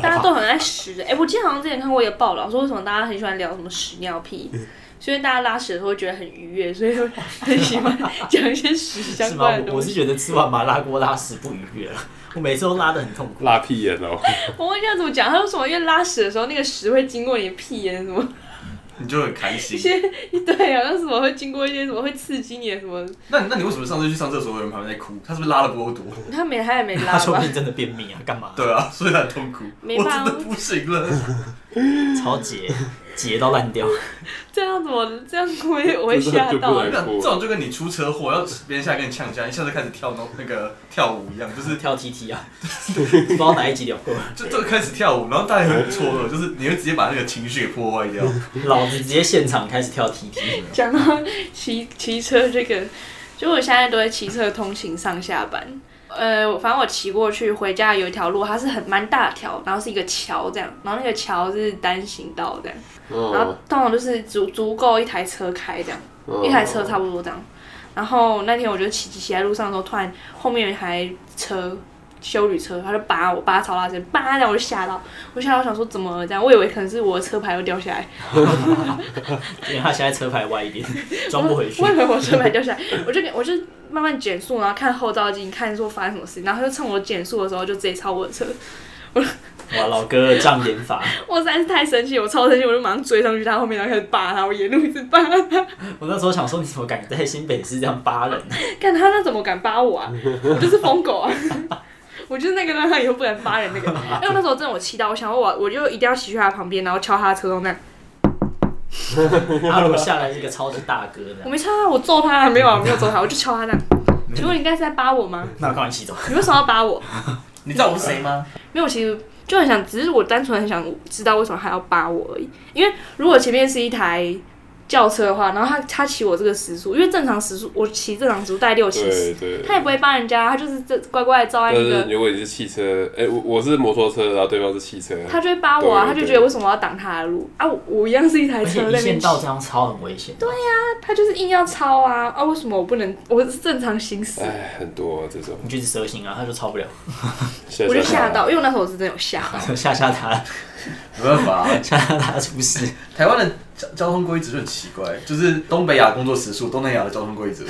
[SPEAKER 1] 大家都很爱屎。哎、我记得好像之前看过一个报道，说为什么大家很喜欢聊什么屎尿屁，
[SPEAKER 3] 嗯
[SPEAKER 1] 是因为大家拉屎的时候会觉得很愉悦，所以会很喜欢讲一些屎
[SPEAKER 3] 是
[SPEAKER 1] 相
[SPEAKER 3] 吗？
[SPEAKER 1] 关的
[SPEAKER 3] 我
[SPEAKER 1] 东
[SPEAKER 3] 我是
[SPEAKER 1] 西。
[SPEAKER 3] 觉得吃完麻辣锅拉屎不愉悦了，我每次都拉的很痛苦。
[SPEAKER 2] 拉屁眼哦、
[SPEAKER 1] 我问一下怎么讲，他说什么？因为拉屎的时候，那个屎会经过你的屁眼，什么
[SPEAKER 4] 你就很开
[SPEAKER 1] 一
[SPEAKER 4] 心。
[SPEAKER 1] 些对，好像什么会经过一些什么会刺激你的什么？
[SPEAKER 4] 那你那你为什么上次去上厕所有人旁边在哭？他是不是拉的不够多？
[SPEAKER 1] 他没他也没拉
[SPEAKER 3] 他说不
[SPEAKER 1] 吧？
[SPEAKER 3] 定真的便秘啊，干嘛？
[SPEAKER 4] 对啊，所以他很痛苦。
[SPEAKER 1] 没
[SPEAKER 4] 我
[SPEAKER 1] 办
[SPEAKER 4] 真
[SPEAKER 1] 法
[SPEAKER 4] 的不行了。
[SPEAKER 3] 超解解到烂掉，
[SPEAKER 1] 这样怎么这样我也我会
[SPEAKER 2] 真的
[SPEAKER 1] 吓
[SPEAKER 2] 就
[SPEAKER 1] 到
[SPEAKER 2] 不
[SPEAKER 4] 这
[SPEAKER 2] 能
[SPEAKER 1] 欸。
[SPEAKER 4] 种这种就跟你出车祸，要别人下来跟你呛一下，一下子开始跳那那个跳舞一样，就是
[SPEAKER 3] 跳 T T 啊，不知道哪一集聊过，
[SPEAKER 4] 就就开始跳舞，然后大家也很错愕，就是你会直接把那个情绪给破坏掉。
[SPEAKER 3] 老子直接现场开始跳 T T，
[SPEAKER 1] 讲到骑骑车这个，就我现在都在骑车通勤上下班。呃，反正我骑过去回家有一条路，它是很蛮大条，然后是一个桥这样，然后那个桥是单行道这样，然后
[SPEAKER 2] 嗯
[SPEAKER 1] 通常就是足足够一台车开这样，
[SPEAKER 2] 嗯
[SPEAKER 1] 一台车差不多这样。然后那天我就骑骑骑在路上的时候，突然后面有一台车。修理车，他就拔我，拔超大声，叭！这样我就吓到，我吓到想说怎么了这样，我以为可能是我的车牌又掉下来，
[SPEAKER 3] 因为他现在车牌歪一 边，装不回去
[SPEAKER 1] 我。以为我车牌掉下来，我就给我就慢慢减速，然后看后照镜，看说发生什么事，然后他就趁我减速的时候就直接超我的车。
[SPEAKER 3] 哇，老哥的障眼法，
[SPEAKER 1] 我实在是太生气，我超生气，我就马上追上去他后面，然后开始扒他，我沿路一直扒他，
[SPEAKER 3] 我那时候想说，你怎么敢在新北市这样 扒人？
[SPEAKER 1] 看他那怎么敢扒我啊？我就是疯狗啊！ 我就是那个让他以后不敢扒人那个，因为那时候真的我气到，我想说我我就一定要骑去他旁边，然后敲他的车窗那样，
[SPEAKER 3] 他如果下来是一个超级大哥
[SPEAKER 1] 我
[SPEAKER 3] 的，
[SPEAKER 1] 没敲他，我揍他，没有啊，我没有揍他，我就敲他那样。请问你刚才是在扒我吗？
[SPEAKER 3] 那我赶快骑走。
[SPEAKER 1] 你为什么要扒我？
[SPEAKER 4] 你知道我是谁吗？
[SPEAKER 1] 没有，其实就很想，只是我单纯很想知道为什么他要扒我而已。因为如果前面是一台轿车的话，然后他他骑我这个时速，因为正常时速我骑正常时速大概六七十，
[SPEAKER 2] 对对。
[SPEAKER 1] 他也不会扒人家，他就是这乖乖的照按
[SPEAKER 2] 但
[SPEAKER 1] 那
[SPEAKER 2] 是
[SPEAKER 1] 个，
[SPEAKER 2] 如果你是汽车，哎、我我是摩托车，然后对方是汽车，
[SPEAKER 1] 他就会扒我啊，
[SPEAKER 2] 对
[SPEAKER 1] 他就
[SPEAKER 2] 对
[SPEAKER 1] 觉得为什么我要挡他的路啊？我我一样是一台
[SPEAKER 3] 而
[SPEAKER 1] 车
[SPEAKER 3] 且
[SPEAKER 1] 在
[SPEAKER 3] 一
[SPEAKER 1] 那边
[SPEAKER 3] 线
[SPEAKER 1] 骑，
[SPEAKER 3] 道这样超很危险。对呀、
[SPEAKER 1] 他就是硬要超啊啊！为什么我不能？我是正常行驶。
[SPEAKER 2] 哎，很多、啊、这种，
[SPEAKER 3] 你去蛇行啊，他就超不了，
[SPEAKER 2] 现
[SPEAKER 1] 我
[SPEAKER 2] 在
[SPEAKER 1] 就
[SPEAKER 2] 在
[SPEAKER 1] 吓
[SPEAKER 2] 哪
[SPEAKER 1] 到，因为我那时候我是真的有吓到，
[SPEAKER 3] 吓吓他，
[SPEAKER 4] 没办法啊、
[SPEAKER 3] 吓吓他出事。
[SPEAKER 4] 台湾的交交通规则就很奇怪，就是东北亚工作时数，东南亚的交通规则。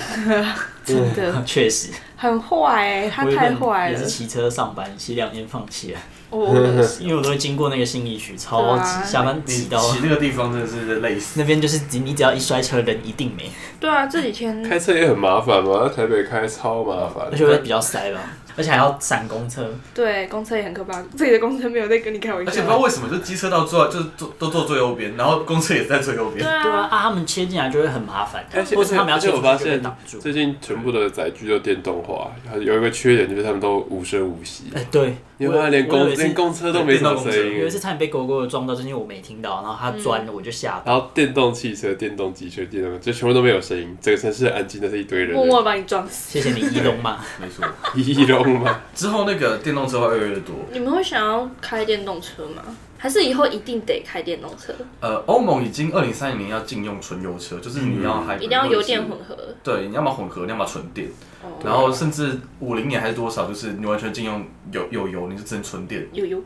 [SPEAKER 1] 真的
[SPEAKER 3] 确实，
[SPEAKER 1] 很坏哎、他
[SPEAKER 3] 我原
[SPEAKER 1] 太
[SPEAKER 3] 本
[SPEAKER 1] 坏
[SPEAKER 3] 也
[SPEAKER 1] 了
[SPEAKER 3] 是，骑车上班，骑两天放 弃了，
[SPEAKER 1] 我我也 是
[SPEAKER 3] 因为我都会经过那个信义区，超
[SPEAKER 1] 对啊
[SPEAKER 3] 级下班
[SPEAKER 4] 你
[SPEAKER 3] 挤
[SPEAKER 4] 骑
[SPEAKER 3] 到
[SPEAKER 4] 那个地方真的是累死。
[SPEAKER 3] 那边，就是你你只要一摔车，人一定没，
[SPEAKER 1] 对啊，这几天
[SPEAKER 2] 开车也很麻烦嘛，在台北开超麻烦
[SPEAKER 3] 而。且会比较塞吧，而且还要闪公车，
[SPEAKER 1] 对，公车也很可怕，这里的公车没有在跟你开玩
[SPEAKER 4] 而且
[SPEAKER 1] 笑
[SPEAKER 4] 不知。道为什么，就机车道坐就是坐都坐最右边，然后公车也是在最右
[SPEAKER 1] 对
[SPEAKER 4] 边。
[SPEAKER 3] 对啊，
[SPEAKER 1] 啊，
[SPEAKER 3] 啊他们切进来就会很麻烦，
[SPEAKER 2] 而且
[SPEAKER 3] 或是他们要
[SPEAKER 2] 而且
[SPEAKER 3] 切
[SPEAKER 2] 我
[SPEAKER 3] 出
[SPEAKER 2] 发
[SPEAKER 3] 去就被
[SPEAKER 2] 现
[SPEAKER 3] 挡住。
[SPEAKER 2] 最近全部的载具都电动化，有一个缺点就是他们都无声无息。
[SPEAKER 3] 哎、对，
[SPEAKER 2] 你发现连
[SPEAKER 3] 我
[SPEAKER 2] 公
[SPEAKER 3] 有一次
[SPEAKER 2] 连公车都没什么声
[SPEAKER 3] 有一
[SPEAKER 2] 音
[SPEAKER 3] 次，差点被狗狗撞到，就是因为我没听到，然后它钻了，我就吓到。
[SPEAKER 2] 然后电动汽车、电动机车、电动就全部都没有声音，整个城市很安静，但是一堆人
[SPEAKER 1] 默默把你撞死。
[SPEAKER 3] 谢谢你，一龙 嘛，
[SPEAKER 4] 没错，
[SPEAKER 2] 一动嘛。
[SPEAKER 4] 之后那个电动车会越来越多。
[SPEAKER 1] 你们会想要开电动车吗？还是以后一定得开电动车，
[SPEAKER 4] 呃，欧盟已经二零三零年要禁用纯油车，就是啊你要还、
[SPEAKER 1] 一定要油电混合？
[SPEAKER 4] 对，你要么混合，你要么纯电，
[SPEAKER 1] 哦，
[SPEAKER 4] 然后甚至五零年还是多少，就是你完全禁用有有油，你就只能纯电
[SPEAKER 1] 有油，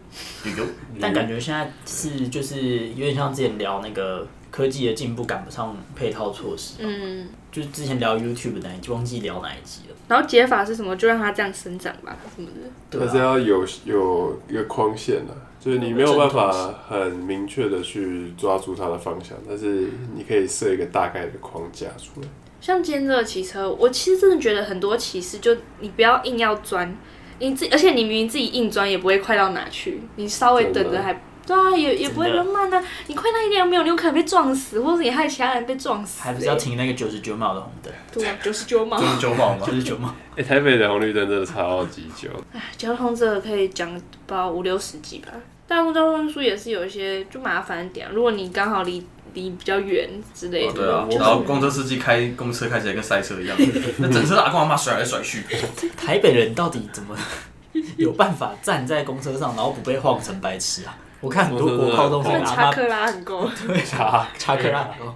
[SPEAKER 4] 有油。
[SPEAKER 3] 但感觉现在是就是有点像之前聊那个科技的进步赶不上配套措施，
[SPEAKER 1] 嗯，
[SPEAKER 3] 就是之前聊 YouTube 那一集，忘记聊哪一集了。
[SPEAKER 1] 然后解法是什么？就让它这样生长吧，什么的。
[SPEAKER 3] 对
[SPEAKER 2] 但是
[SPEAKER 3] 啊，
[SPEAKER 2] 要有有一个框线的、就是你没有办法很明确的去抓住它的方向，但是你可以设一个大概的框架出来。
[SPEAKER 1] 像今天这个骑车，我其实真的觉得很多骑士，就你不要硬要钻，你自而且你明明自己硬钻也不会快到哪去，你稍微等
[SPEAKER 2] 真
[SPEAKER 1] 着
[SPEAKER 2] 的
[SPEAKER 1] 还对啊，也也
[SPEAKER 3] 真的
[SPEAKER 1] 不会那么慢啊。你快那一点没有，你有可能被撞死，或者你害其他人被撞死、欸
[SPEAKER 3] 还不是要停那个九十九秒的红灯，
[SPEAKER 1] 对啊，九十 九嘛
[SPEAKER 4] 就。是九毛嘛
[SPEAKER 3] 九。十九秒，
[SPEAKER 2] 哎、台北的红绿灯真的超级久，
[SPEAKER 1] 唉交通这个可以讲到五六十集吧。大陆交通运输也是有一些就麻烦点啊，如果你刚好离离比较远之类的，
[SPEAKER 4] 哦，对啊，然后公车司机开公车开起来跟塞车一样，那整车阿公阿妈甩来甩去，
[SPEAKER 3] 台北人到底怎么 有办法站在公车上，然后不被晃成白痴啊？我看很多国高中
[SPEAKER 1] 他
[SPEAKER 3] 生啊
[SPEAKER 1] 们
[SPEAKER 3] 阿
[SPEAKER 1] 查
[SPEAKER 3] 妈
[SPEAKER 1] 克拉很够，
[SPEAKER 2] 查
[SPEAKER 3] 查克拉，哦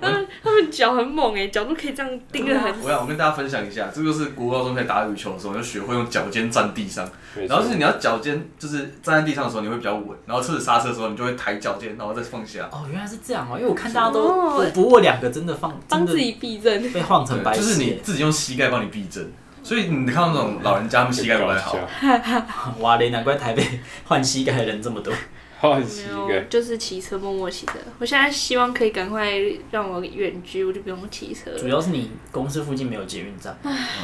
[SPEAKER 1] 他们脚很猛哎、脚都可以这样盯得很
[SPEAKER 4] 我想我跟大家分享一下，这个是国高中在打羽球的时候就学会用脚尖站地上，
[SPEAKER 2] 没
[SPEAKER 4] 然后
[SPEAKER 2] 错
[SPEAKER 4] 就是你要脚尖就是站在地上的时候你会比较稳，然后车子刹车的时候你就会抬脚尖，然后再放下，
[SPEAKER 3] 哦，原来是这样哦，因为我看大家都
[SPEAKER 1] 哦
[SPEAKER 3] 我不过两个真的放，
[SPEAKER 1] 帮
[SPEAKER 3] 真
[SPEAKER 1] 自
[SPEAKER 3] 的
[SPEAKER 1] 己避震。
[SPEAKER 3] 被晃成白
[SPEAKER 4] 对，
[SPEAKER 3] 痴欸耶，
[SPEAKER 4] 就是你自己用膝盖帮你避震，所以你看到那种老人家他们膝盖不太好
[SPEAKER 2] 搞，笑
[SPEAKER 3] 哇嘞，难怪台北换膝盖的人这么多。
[SPEAKER 2] 好
[SPEAKER 1] 没
[SPEAKER 2] 奇
[SPEAKER 1] 有，
[SPEAKER 2] 怪，
[SPEAKER 1] 就是骑车默默骑车。我现在希望可以赶快让我远居，我就不用骑车了。
[SPEAKER 3] 主要是你公司附近没有捷运站，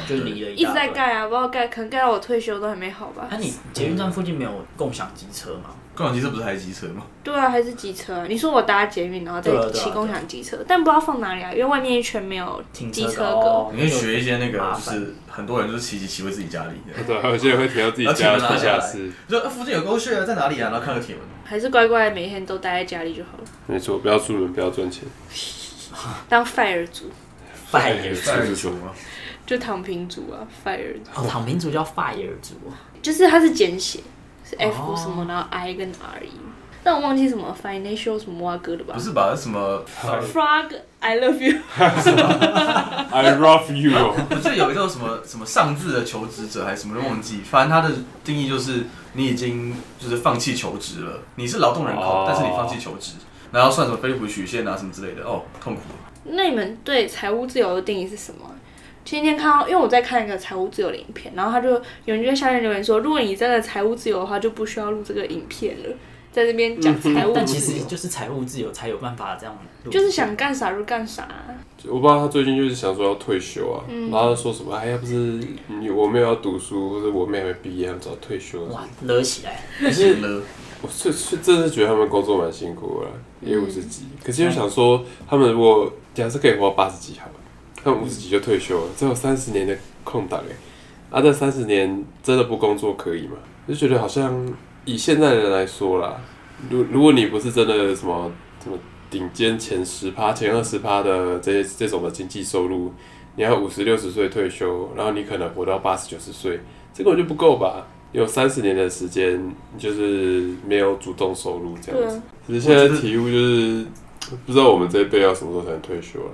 [SPEAKER 3] 就离了
[SPEAKER 1] 一
[SPEAKER 3] 大
[SPEAKER 1] 直
[SPEAKER 3] 堆
[SPEAKER 1] 在。盖啊，不知道盖，可能盖到我退休都还没好吧
[SPEAKER 3] 那、。你捷运站附近没有共享机车吗？
[SPEAKER 4] 共享机车不是还机车吗？
[SPEAKER 1] 对啊，还是机车、啊。你说我搭捷运，然后再
[SPEAKER 3] 对啊对啊
[SPEAKER 1] 骑共享机车，但不知道放哪里啊，因为外面一圈没有
[SPEAKER 3] 停
[SPEAKER 1] 机
[SPEAKER 3] 车
[SPEAKER 1] 车
[SPEAKER 3] 格
[SPEAKER 1] 格。
[SPEAKER 3] 哦
[SPEAKER 4] 你可以学一些那个
[SPEAKER 3] 麻，
[SPEAKER 4] 就
[SPEAKER 3] 烦
[SPEAKER 4] 是很多人就是骑骑骑回自己家里的，
[SPEAKER 2] 对，还啊有些人会停到自己家的地下室，
[SPEAKER 4] 就呃附近有沟穴啊，在哪里啊？然后看个铁门，
[SPEAKER 1] 还是乖乖每天都待在家里就好了，
[SPEAKER 2] 没错，不要出门，不要赚钱，
[SPEAKER 1] 当 fire 族，
[SPEAKER 3] fire
[SPEAKER 2] 是是是
[SPEAKER 4] 什么？
[SPEAKER 1] 就躺平族啊，fire 族，
[SPEAKER 3] 哦，躺平族叫 fire 族哦，
[SPEAKER 1] 就是它是简写，是 F
[SPEAKER 3] 哦
[SPEAKER 1] 什么，然后 I 跟 R E，但我忘记什么 financial 什么蛙哥了吧
[SPEAKER 4] 不是吧？什么？
[SPEAKER 1] ？Frog I love you，
[SPEAKER 2] I love you 哦。
[SPEAKER 4] 我记得有一个叫什么什么上字的求职者还是什么忘记，反正它的定义就是你已经就是放弃求职了，你是劳动人口，
[SPEAKER 2] 哦
[SPEAKER 4] 但是你放弃求职，然后算什么菲利普曲线啊什么之类的，哦，痛苦了。
[SPEAKER 1] 那你们对财务自由的定义是什么啊？前几天看到，因为我在看一个财务自由的影片，然后他就有人就在下面留言说，如果你真的财务自由的话，就不需要录这个影片了，在这边讲财务
[SPEAKER 3] 嗯但其
[SPEAKER 1] 自
[SPEAKER 3] 实
[SPEAKER 1] 由，
[SPEAKER 3] 就是财务自由才有办法这样录，
[SPEAKER 1] 就是想干啥就干啥啊、
[SPEAKER 2] 我爸他最近就是想说要退休啊，然后他说什么哎，要不是你我没有要读书，或者我妹还没毕业，他们早退休了。
[SPEAKER 3] 哇勒起来，
[SPEAKER 4] 行了，
[SPEAKER 2] 我是是真的是觉得他们工作蛮辛苦的啦，也五十几，可是又想说他们如果假设可以活到八十几好了，他们五十几就退休了，只有三十年的空档哎、啊，这三十年真的不工作可以吗？就觉得好像以现在人来说啦，如如果你不是真的什么什么顶尖前十趴、前二十趴的这这种的经济收入，你要五十六十岁退休，然后你可能活到八十九十岁，这根本就不够吧？有三十年的时间，你就是没有主动收入这样
[SPEAKER 1] 对
[SPEAKER 2] 子
[SPEAKER 1] 啊。
[SPEAKER 2] 只是现在体悟就是，不知道我们这一辈要什么时候才能退休了。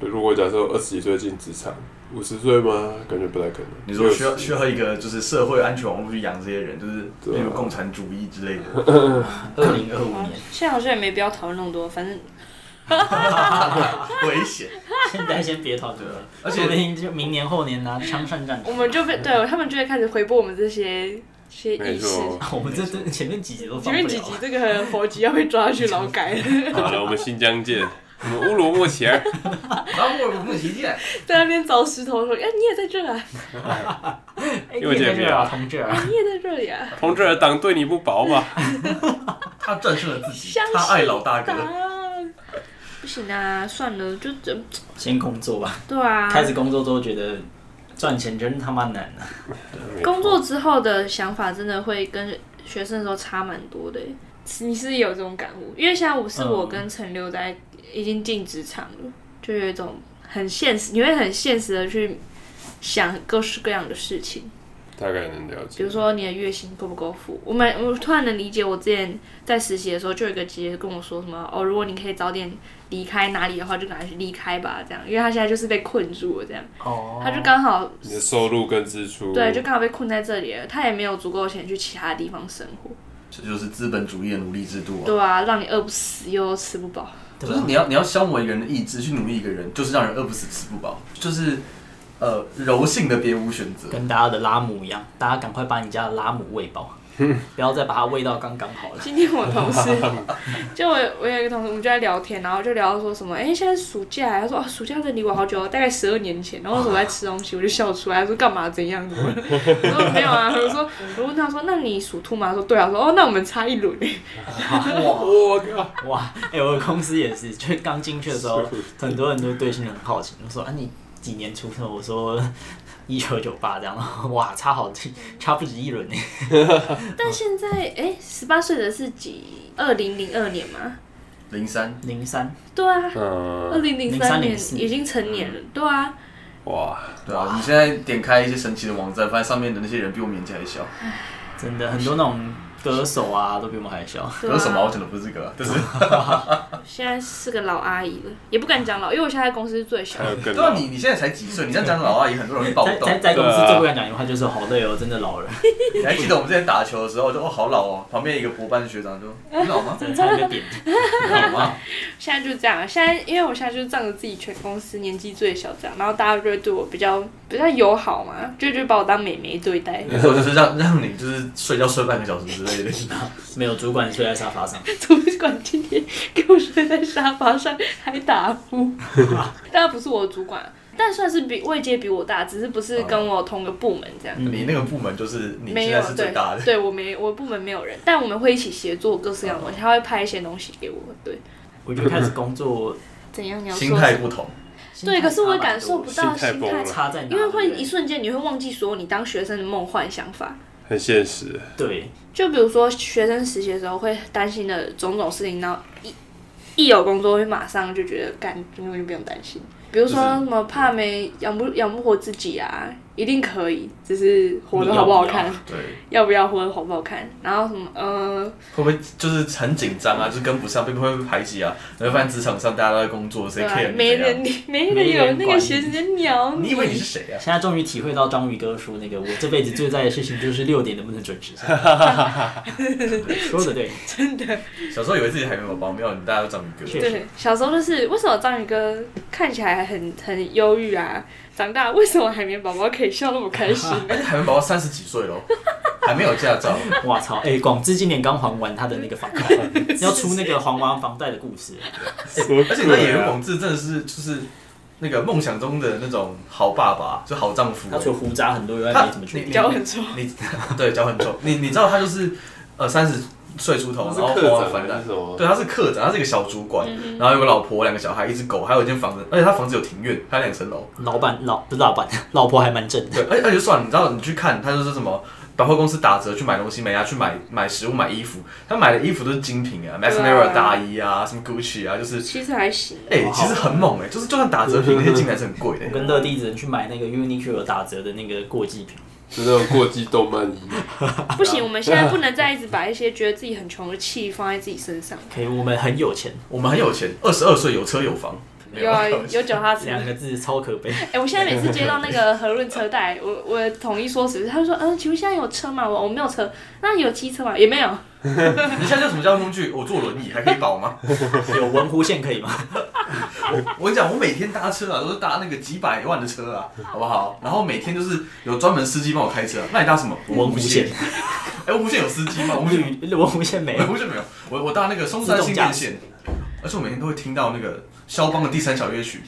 [SPEAKER 2] 如果假设我二十几岁进职场，五十岁吗？感觉不太可能。
[SPEAKER 4] 你说需要
[SPEAKER 2] 60
[SPEAKER 4] 需要一个就是社会安全网络去养这些人，就是
[SPEAKER 2] 对啊
[SPEAKER 4] 例如共产主义之类的。
[SPEAKER 3] 二零二五 年
[SPEAKER 1] 现在好像也没必要讨论那么多，反正
[SPEAKER 4] 危险。
[SPEAKER 3] 现在先别讨论
[SPEAKER 4] 对啊
[SPEAKER 3] 了，
[SPEAKER 4] 而且
[SPEAKER 3] 说不定就明年后年拿枪上战
[SPEAKER 1] 我
[SPEAKER 3] 场。
[SPEAKER 1] 们就被对他们就会开始回播我们这些些
[SPEAKER 2] 没
[SPEAKER 1] 意识。
[SPEAKER 2] 错。
[SPEAKER 3] 我们这这前面几集都
[SPEAKER 1] 前
[SPEAKER 3] 放不
[SPEAKER 1] 面几集
[SPEAKER 3] 了，啊
[SPEAKER 1] 这个佛吉要被抓去劳 改，
[SPEAKER 2] 好了，我们新疆见，我们乌鲁木齐儿。
[SPEAKER 4] 然后我不旗舰，
[SPEAKER 1] 在那边找石头说：“哎、你也在这啊，
[SPEAKER 3] 哎
[SPEAKER 2] 又见面了
[SPEAKER 3] 啊，同志啊，
[SPEAKER 1] 你也在这里啊
[SPEAKER 2] 同志儿党对你不薄吧？
[SPEAKER 4] 他战胜了自己
[SPEAKER 1] 相，信
[SPEAKER 4] 他爱老！”大哥。
[SPEAKER 1] 啊，不行啊，算了，就这
[SPEAKER 3] 先工作吧。
[SPEAKER 1] 对啊。
[SPEAKER 3] 开始工作之后觉得赚钱真他妈难啊！
[SPEAKER 1] 工作之后的想法真的会跟学生的时候差蛮多的耶。你是不是有这种感悟？因为现在我是
[SPEAKER 3] 嗯
[SPEAKER 1] 我跟陈六在已经进职场了，就有一种很现实，你会很现实的去想各式各样的事情。
[SPEAKER 2] 大概能了解。
[SPEAKER 1] 比如说你的月薪够不够付？我们我突然能理解，我之前在实习的时候，就有一个姐姐跟我说什么哦，如果你可以早点离开哪里的话，就赶快去离开吧，这样，因为她现在就是被困住了，这样，
[SPEAKER 3] 哦
[SPEAKER 1] 她就刚好
[SPEAKER 2] 你的收入跟支出，
[SPEAKER 1] 对，就刚好被困在这里了，她也没有足够的钱去其他地方生活，
[SPEAKER 4] 这就是资本主义的奴隶制度啊！
[SPEAKER 1] 对啊，让你饿不死又吃不饱，
[SPEAKER 4] 就是你要你要消磨一个人的意志，去奴役一个人，就是让人饿不死吃不饱。就是呃柔性的别无选择。
[SPEAKER 3] 跟大家的拉姆一样，大家赶快把你家的拉姆喂饱，不要再把它喂到刚刚好了。
[SPEAKER 1] 今天我同事， 就我我有一个同事，我们就在聊天，然后就聊到说什么，哎、现在暑假，他说啊，暑假真的离我好久哦，大概十二年前，然后那时候我在吃东西，我就笑出来，他说干嘛怎样怎么了？我说没有啊，我说我问他说，那你属兔吗？他说对啊，我说哦，那我们差一轮，
[SPEAKER 4] 哇，
[SPEAKER 2] 我靠，
[SPEAKER 3] 哇，哎、我的公司也是，就是刚进去的时候，很多人都对新人很好奇，就说啊你几年出生？我说一九九八这样， 哇，差好差不止一轮呢。
[SPEAKER 1] 但现在哎，十八岁的是几？二零零二年吗？
[SPEAKER 4] 零三
[SPEAKER 3] 零三，
[SPEAKER 1] 对啊，二
[SPEAKER 2] 嗯，
[SPEAKER 1] 零零三年
[SPEAKER 3] 03
[SPEAKER 1] 已经成年了，对啊，
[SPEAKER 2] 哇，
[SPEAKER 4] 对啊，你现在点开一些神奇的网站，发现上面的那些人比我们年纪还小。
[SPEAKER 3] 真的很多那种歌手啊，都比我们还小。
[SPEAKER 1] 对啊
[SPEAKER 4] 有什么？我讲的不是这个啊， 但是
[SPEAKER 1] 现在是个老阿姨了，也不敢讲老，因为我现在公司是最小
[SPEAKER 2] 还
[SPEAKER 1] 的。
[SPEAKER 2] 有更
[SPEAKER 4] 对啊，
[SPEAKER 2] 老，
[SPEAKER 4] 你你现在才几岁？你这样讲老阿姨，很多人会暴
[SPEAKER 3] 在
[SPEAKER 4] 动
[SPEAKER 3] 在。在公司最不敢讲一句话，就是好累哦，真的 老了，
[SPEAKER 4] 你 还记得我们之前打球的时候，就哦好老哦，旁边一个博班的学长就你老吗？
[SPEAKER 3] 真的差一个点。
[SPEAKER 4] 你老吗？
[SPEAKER 1] 现在就这样，现在因为我现在就是仗着自己全公司年纪最小这样，然后大家就会对我比较比较友好嘛，就就把我当妹妹对待，
[SPEAKER 4] 或者是让让你就是睡觉睡半个小时之类的。
[SPEAKER 3] 没有主管睡在沙发上，
[SPEAKER 1] 主管今天给我睡在沙发上还打呼，当然不是我的主管，但算是比位阶比我大，只是不是跟我同个部门这样。
[SPEAKER 4] 你那个部门就是嗯你
[SPEAKER 1] 没
[SPEAKER 4] 现
[SPEAKER 1] 有
[SPEAKER 4] 在是最
[SPEAKER 1] 对
[SPEAKER 4] 大的，
[SPEAKER 1] 对我没我部门没有人，但我们会一起协作各式各样的东西，他会拍一些东西给我，对，
[SPEAKER 3] 我就开始工作，
[SPEAKER 1] 怎样你要
[SPEAKER 4] 心
[SPEAKER 1] 说
[SPEAKER 4] 态
[SPEAKER 1] 什么？
[SPEAKER 4] 不同。
[SPEAKER 1] 对，可是我感受不到
[SPEAKER 2] 心态
[SPEAKER 1] 心
[SPEAKER 2] 崩
[SPEAKER 1] 态
[SPEAKER 2] 了
[SPEAKER 3] 差在哪，
[SPEAKER 1] 因为会
[SPEAKER 3] 对不对
[SPEAKER 1] 一瞬间你会忘记所有你当学生的梦幻想法。
[SPEAKER 2] 很现 实，
[SPEAKER 3] 对，
[SPEAKER 1] 就比如说学生实习的时候会担心的种种事情，然后一一有工作会马上就觉得干，根本就不用担心。比如说
[SPEAKER 4] 就是
[SPEAKER 1] 什么怕没养不养不活自己啊，一定可以，只是活得
[SPEAKER 3] 你
[SPEAKER 1] 好
[SPEAKER 3] 要不
[SPEAKER 1] 不
[SPEAKER 3] 要
[SPEAKER 1] 好看，
[SPEAKER 4] 对，
[SPEAKER 1] 要不要活得好不好看，然后什么呃，
[SPEAKER 4] 会不会就是很紧张啊？就是跟不上，被会不会排挤啊？然后发现职场上大家都在工作，谁
[SPEAKER 1] 对
[SPEAKER 4] care
[SPEAKER 1] 吧？
[SPEAKER 4] 你
[SPEAKER 1] 没
[SPEAKER 4] 怎
[SPEAKER 1] 人
[SPEAKER 4] 样？
[SPEAKER 1] 理，没人
[SPEAKER 3] 没人
[SPEAKER 1] 有那
[SPEAKER 3] 管
[SPEAKER 1] 个
[SPEAKER 3] 你
[SPEAKER 1] 学生在鸟
[SPEAKER 4] 你以为你是谁啊？
[SPEAKER 3] 现在终于体会到章鱼哥说那个我这辈子最在意的事情就是六点能不能准 时上班。说的对，
[SPEAKER 1] 真的。
[SPEAKER 4] 小时候以为自己还没有保镖，你大家都长一
[SPEAKER 3] 确
[SPEAKER 4] 个。
[SPEAKER 3] 实
[SPEAKER 1] 对，小时候就是为什么章鱼哥看起来很很忧郁啊，长大为什么海绵宝宝可以笑那么开心呢？
[SPEAKER 4] 哎，海绵宝宝三十几岁咯，还没有驾照，
[SPEAKER 3] 哇操！哎、广志今年刚还完他的那个房 贷，要出那个还完房贷的故事。
[SPEAKER 4] 欸而且那演员广志真的是就是那个梦想中的那种好爸爸，就好丈夫啊
[SPEAKER 3] 他。除了胡渣很多以外，
[SPEAKER 4] 他
[SPEAKER 3] 没怎么去
[SPEAKER 4] 你
[SPEAKER 1] 脚很臭。
[SPEAKER 4] 你对脚很重，你你知道他就是呃三十岁出头，然后
[SPEAKER 2] 科
[SPEAKER 4] 花
[SPEAKER 2] 长
[SPEAKER 4] 完
[SPEAKER 2] 还
[SPEAKER 4] 蛋
[SPEAKER 2] 是。什么？
[SPEAKER 4] 对，他啊是科长，他是一个小主
[SPEAKER 1] 嗯
[SPEAKER 4] 管，然后有个老婆，两个小孩，一只狗，还有一间房子，而且他房子有庭院，还有两层楼。
[SPEAKER 3] 老板老不是老板，老婆还蛮正的。
[SPEAKER 4] 对，而而且就算了你知道，你去看他就是什么百货公司打折去买东西，没啊，去买买食物、买衣服，他买的衣服都是精品啊，Max
[SPEAKER 1] 对啊
[SPEAKER 4] Mara 大衣啊，什么 Gucci 啊，就是
[SPEAKER 1] 其实还行，
[SPEAKER 4] 哎、其实很猛哎、就是就算打折品那些精品还是很贵的、
[SPEAKER 3] 我跟乐地子人去买那个 Uniqlo 打折的那个过季品，
[SPEAKER 2] 是那种过激动漫衣，
[SPEAKER 1] 不行，我们现在不能再一直把一些觉得自己很穷的气放在自己身 上。
[SPEAKER 3] 可以，我们很有钱，
[SPEAKER 4] 我们很有钱，二十二岁有车有房， 没
[SPEAKER 1] 有啊，
[SPEAKER 4] 有
[SPEAKER 1] 有脚踏车。
[SPEAKER 3] 两个字超可悲。
[SPEAKER 1] 哎、我现在每次接到那个和润车贷，我我统一说辞，他就说，嗯、请问现在有车吗？我我没有车，那有机车吗？也没有。
[SPEAKER 4] 你现在叫什么交通工具？我坐轮椅还可以保吗？
[SPEAKER 3] 有文湖线可以吗？
[SPEAKER 4] 我跟你讲，我每天搭车啊，都是搭那个几百万的车 啊，好不好？然后每天就是有专门司机帮我开车、啊，那你搭什么？
[SPEAKER 3] 文湖线，
[SPEAKER 4] 哎、文湖线有司机吗？文湖线
[SPEAKER 3] 绿文湖线没
[SPEAKER 4] 我
[SPEAKER 3] 有。
[SPEAKER 4] 不是没有，我我搭那个松山新电线，而且我每天都会听到那个肖邦的第三小夜曲，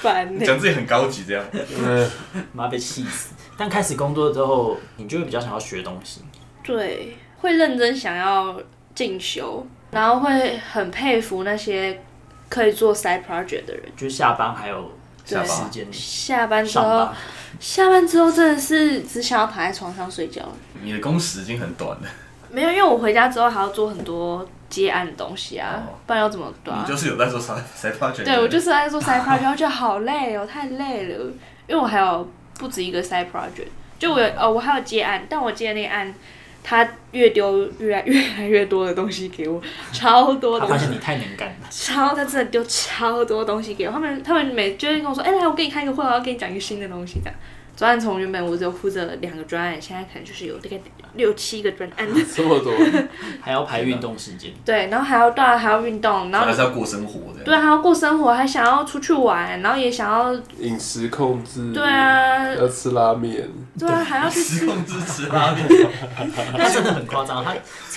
[SPEAKER 1] 烦欸呢、
[SPEAKER 4] 讲自己很高级这样。
[SPEAKER 2] 嗯，
[SPEAKER 3] 妈被气死！但开始工作之后，你就会比较想要学东西，
[SPEAKER 1] 对，会认真想要进修，然后会很佩服那些可以做 side project 的人。
[SPEAKER 3] 就是下班还有
[SPEAKER 1] 对
[SPEAKER 4] 下
[SPEAKER 3] 时
[SPEAKER 4] 班
[SPEAKER 3] 间
[SPEAKER 1] 下班之
[SPEAKER 3] 上
[SPEAKER 1] 后
[SPEAKER 3] 班，，
[SPEAKER 1] 下班之后真的是只想要躺在床上睡觉了。
[SPEAKER 4] 你的工时已经很短了，
[SPEAKER 1] 没有，因为我回家之后还要做很多接案的东西啊，
[SPEAKER 4] 哦
[SPEAKER 1] 不然要怎么对啊
[SPEAKER 4] 你？就是有在做啥才发觉。
[SPEAKER 1] 对，我就是在做 side project，然后就好累哦，太累了，因为我还有不止一个 side project，就我有哦，我还有接案，但我接的那个案，他越丢越来 越来越多的东西给我，超多
[SPEAKER 3] 他
[SPEAKER 1] 东
[SPEAKER 3] 发
[SPEAKER 1] 西
[SPEAKER 3] 现。你太能干了，
[SPEAKER 1] 超，他真的丢超多东西给我。他们，他们每就会跟我说：“哎、来，我给你开一个会，我要跟你讲一个新的东西。”这样，专案从原本我只有负责两个专案，现在可能就是有大概六七个专 案。
[SPEAKER 2] 这么多，
[SPEAKER 3] 还要排运动时间，
[SPEAKER 1] 对，然后还要对啊，还要运动，然
[SPEAKER 4] 还
[SPEAKER 1] 后
[SPEAKER 4] 是要过生活这样。
[SPEAKER 1] 对，还啊要过生活，还想要出去玩，然后也想要
[SPEAKER 2] 饮食控制，
[SPEAKER 1] 对，啊，
[SPEAKER 2] 要吃拉面，
[SPEAKER 1] 对啊，还要去
[SPEAKER 4] 失
[SPEAKER 1] 吃。
[SPEAKER 4] 控支持啊拉面，
[SPEAKER 3] 他真的很夸张。他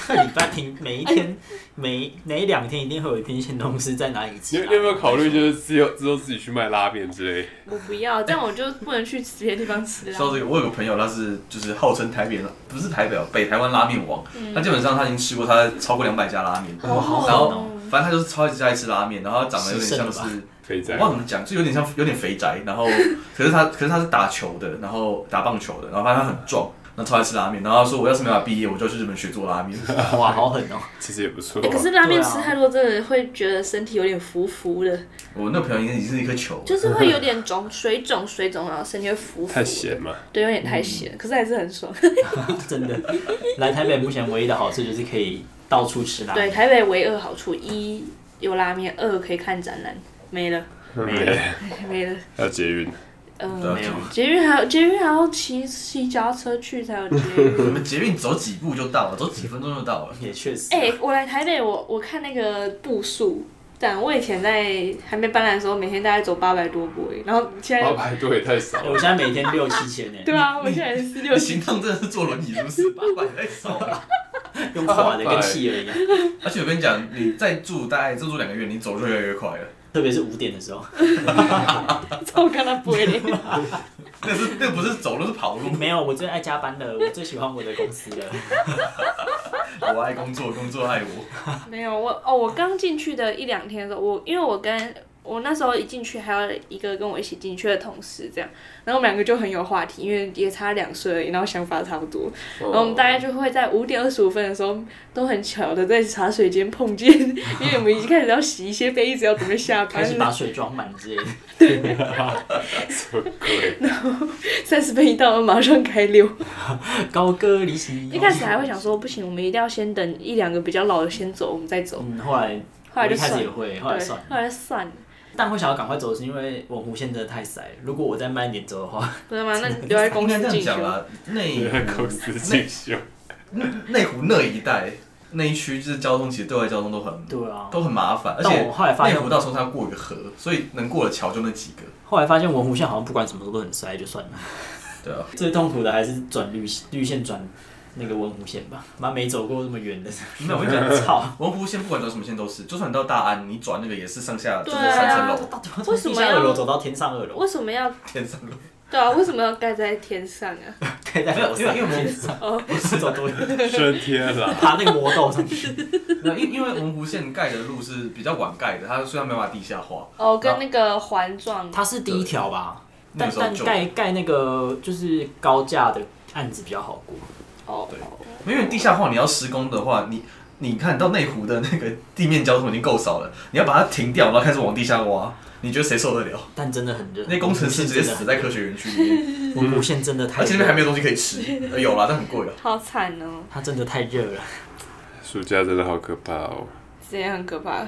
[SPEAKER 3] 这个礼拜平每一天
[SPEAKER 1] 哎
[SPEAKER 3] 每每两天一定会有一篇线东是在哪里
[SPEAKER 2] 你
[SPEAKER 3] 吃、
[SPEAKER 2] 有
[SPEAKER 3] 啊。
[SPEAKER 2] 你有没有考虑就是只有之后自己去卖拉面之类？
[SPEAKER 1] 我不要，这样我就不能去别的地方 吃
[SPEAKER 4] 说到
[SPEAKER 1] 了。
[SPEAKER 4] 这个，我有个朋友，他是就是号称台北不是台北哦，北台湾拉面王。他基本上他已经吃过他超过两百家拉面，
[SPEAKER 3] 哇好狠
[SPEAKER 4] 然后
[SPEAKER 3] 哦
[SPEAKER 4] 反正他就是超级爱吃拉面，然后他长得有点像
[SPEAKER 3] 是剩
[SPEAKER 4] 是
[SPEAKER 2] 肥
[SPEAKER 4] 我
[SPEAKER 2] 宅，
[SPEAKER 4] 忘了怎么讲，就有点像有点肥宅，然后可是他 可是他是打球的，然后打棒球的，然后反正他很壮，然后超爱吃拉面，然后他说我要是没法毕业，我就去日本学做 拉面。
[SPEAKER 3] 哇，好狠哦！
[SPEAKER 2] 其实也不错
[SPEAKER 1] 欸。可是拉面
[SPEAKER 3] 对啊
[SPEAKER 1] 吃太多，真的会觉得身体有点浮浮的，
[SPEAKER 4] 我那朋友应该已经是一颗球，
[SPEAKER 1] 就是会有点肿、水肿、水肿，然后身体会浮浮。
[SPEAKER 2] 太，咸嘛，
[SPEAKER 1] 对，有点太咸，可是还是很爽。
[SPEAKER 3] 真的，来台北目前唯一的好处就是可以到处吃拉
[SPEAKER 1] 对，
[SPEAKER 3] 面，
[SPEAKER 1] 台北唯二好处一有拉面，二可以看展览，没了，
[SPEAKER 3] 没了
[SPEAKER 1] 没了。
[SPEAKER 2] 要捷运，
[SPEAKER 1] 嗯，
[SPEAKER 4] 对
[SPEAKER 3] 没有
[SPEAKER 4] 啊，
[SPEAKER 1] 捷运还要捷运还要骑骑脚踏车去才有捷
[SPEAKER 4] 我
[SPEAKER 1] 运。
[SPEAKER 4] 们捷运走几步就到了，走几分钟就 到了。
[SPEAKER 3] 也确实。啊
[SPEAKER 1] 哎、我来台北，我我看那个步数。但我以前在还没搬来的时候，每天大概走八百多步而已，然后现
[SPEAKER 2] 八
[SPEAKER 1] 在
[SPEAKER 2] 百多也太少
[SPEAKER 3] 哎
[SPEAKER 2] 了。
[SPEAKER 3] 我现在每天六七千呢，
[SPEAKER 1] 对啊，我现在是六
[SPEAKER 4] 你
[SPEAKER 1] 十
[SPEAKER 4] 行动真的是坐轮椅是不是？八百太少了。
[SPEAKER 3] 用滑的跟企鹅一样，
[SPEAKER 4] 而且我跟你讲，你再住大概再住两个月，你走就越来越快了。
[SPEAKER 3] 特别是五点的时候，
[SPEAKER 1] 我跟他不会连。
[SPEAKER 4] 那是那不是走路是跑路。
[SPEAKER 3] 没有，我最爱加班了，我最喜欢我的公司 了。
[SPEAKER 1] 哎
[SPEAKER 4] 我爱工作，工作爱我。
[SPEAKER 1] 没有我哦，我刚进去的一两天的时候，我因为我跟我那时候一进去，还有一个跟我一起进去的同事，这样，然后我们两个就很有话题，因为也差两岁而已，然后想法差不多，
[SPEAKER 2] 哦
[SPEAKER 1] 然哦后我们大概就会在五点二十五分的时候，都很巧的在茶水间碰见，因为我们已经开始要洗一些杯子，要准备下
[SPEAKER 3] 开
[SPEAKER 1] 班
[SPEAKER 3] 始把
[SPEAKER 1] 了，
[SPEAKER 3] 水装满之类的，
[SPEAKER 2] 对，
[SPEAKER 1] 三十分一到，马上开溜。
[SPEAKER 3] 高歌离席。
[SPEAKER 1] 一开始还会想说，不行，我们一定要先等一两个比较老的先走，我们再走，
[SPEAKER 3] 嗯，后来
[SPEAKER 1] 后来
[SPEAKER 3] 我
[SPEAKER 1] 就
[SPEAKER 3] 一开
[SPEAKER 1] 算
[SPEAKER 3] 始也
[SPEAKER 1] 了，
[SPEAKER 3] 会，后来
[SPEAKER 1] 对，
[SPEAKER 3] 算
[SPEAKER 1] 后
[SPEAKER 3] 了。
[SPEAKER 1] 来就算了，
[SPEAKER 3] 但会想要赶快走，是因为文湖线真的太塞了。如果我再慢一点走的话，
[SPEAKER 1] 不是吗？那你留在公
[SPEAKER 4] 应该
[SPEAKER 1] 司
[SPEAKER 4] 这
[SPEAKER 1] 进
[SPEAKER 4] 样
[SPEAKER 1] 修
[SPEAKER 4] 讲。啦，内
[SPEAKER 2] 公司进修，
[SPEAKER 4] 内湖那一带那一区，就是交通其实对外交通都很
[SPEAKER 3] 对啊。
[SPEAKER 4] 都很麻烦，而
[SPEAKER 3] 但
[SPEAKER 4] 且
[SPEAKER 3] 我后来发
[SPEAKER 4] 内
[SPEAKER 3] 现
[SPEAKER 4] 湖，到时候它要过一个河，所以能过的桥就那几个。
[SPEAKER 3] 后来发现文湖线好像不管什么都很塞，就算 了。
[SPEAKER 4] 对啊，
[SPEAKER 3] 最痛苦的还是转绿线绿线转那个文湖线吧，妈没走过这么远的，
[SPEAKER 4] 没有我跟你 讲，
[SPEAKER 3] 操！
[SPEAKER 4] 文湖线不管走什么线都是，就算你到大安，你转那个也是上下就
[SPEAKER 1] 对
[SPEAKER 4] 是
[SPEAKER 1] 啊
[SPEAKER 4] 三层楼，
[SPEAKER 1] 为
[SPEAKER 3] 为
[SPEAKER 1] 什么
[SPEAKER 3] 下
[SPEAKER 1] 要
[SPEAKER 3] 二楼走到天上二楼？
[SPEAKER 1] 为什么要
[SPEAKER 4] 天上楼。
[SPEAKER 1] 对啊？为什么要盖在天上啊？
[SPEAKER 3] 可以在
[SPEAKER 4] 没
[SPEAKER 3] 楼
[SPEAKER 4] 有，因为
[SPEAKER 3] 上
[SPEAKER 4] 因为文湖
[SPEAKER 1] 哦
[SPEAKER 3] 是走多远？
[SPEAKER 2] 升天了，
[SPEAKER 3] 爬那个魔豆上去，
[SPEAKER 4] 没有，因因为文湖线盖的路是比较晚盖的，它虽然没办法地下化，
[SPEAKER 1] 哦，跟那个环状，
[SPEAKER 3] 它是第一条吧？
[SPEAKER 4] 那
[SPEAKER 3] 但
[SPEAKER 4] 个时候
[SPEAKER 3] 但
[SPEAKER 4] 就
[SPEAKER 3] 盖盖那个就是高架的案子比较好过。
[SPEAKER 1] 哦，
[SPEAKER 4] 对因为地下化你要施工的话，你你看到内湖的那个地面交通已经够少了，你要把它停掉，然后开始往地下挖，你觉得谁受得了？
[SPEAKER 3] 但真的很热，
[SPEAKER 4] 那工程师直接嗯死在科学园区里 面，
[SPEAKER 3] 文湖线真的太
[SPEAKER 4] 而且啊那边还
[SPEAKER 3] 热，
[SPEAKER 4] 没有东西可以吃，呃有啦，但很贵啊。
[SPEAKER 1] 好惨哦，
[SPEAKER 3] 它真的太热了。
[SPEAKER 2] 暑假真的好可怕哦，
[SPEAKER 1] 这样很可怕，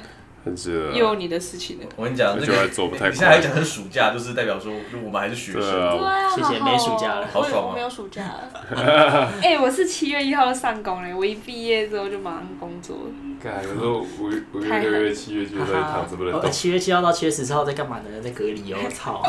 [SPEAKER 2] 很热啊。
[SPEAKER 1] 又有你的事情了。
[SPEAKER 4] 我跟你讲，
[SPEAKER 2] 这
[SPEAKER 4] 那
[SPEAKER 2] 就还
[SPEAKER 4] 个
[SPEAKER 2] 走不
[SPEAKER 4] 你
[SPEAKER 2] 太
[SPEAKER 4] 现在还
[SPEAKER 2] 快。
[SPEAKER 4] 讲是暑假，就是代表说我们还是学
[SPEAKER 2] 对
[SPEAKER 4] 生。
[SPEAKER 2] 啊，
[SPEAKER 1] 啊
[SPEAKER 3] 谢谢
[SPEAKER 1] 好好哦
[SPEAKER 3] 没暑假了啊
[SPEAKER 4] 好爽哦
[SPEAKER 1] 我我没有暑假了。 哎、我是七月一号就上工嘞，我一毕业之后就马上工作了。
[SPEAKER 2] 干，有时候五五月、六月、七月就在躺着不能
[SPEAKER 3] 哦
[SPEAKER 2] 动。
[SPEAKER 3] 七月七号到七月十四号在干嘛呢？在隔离 哦，操！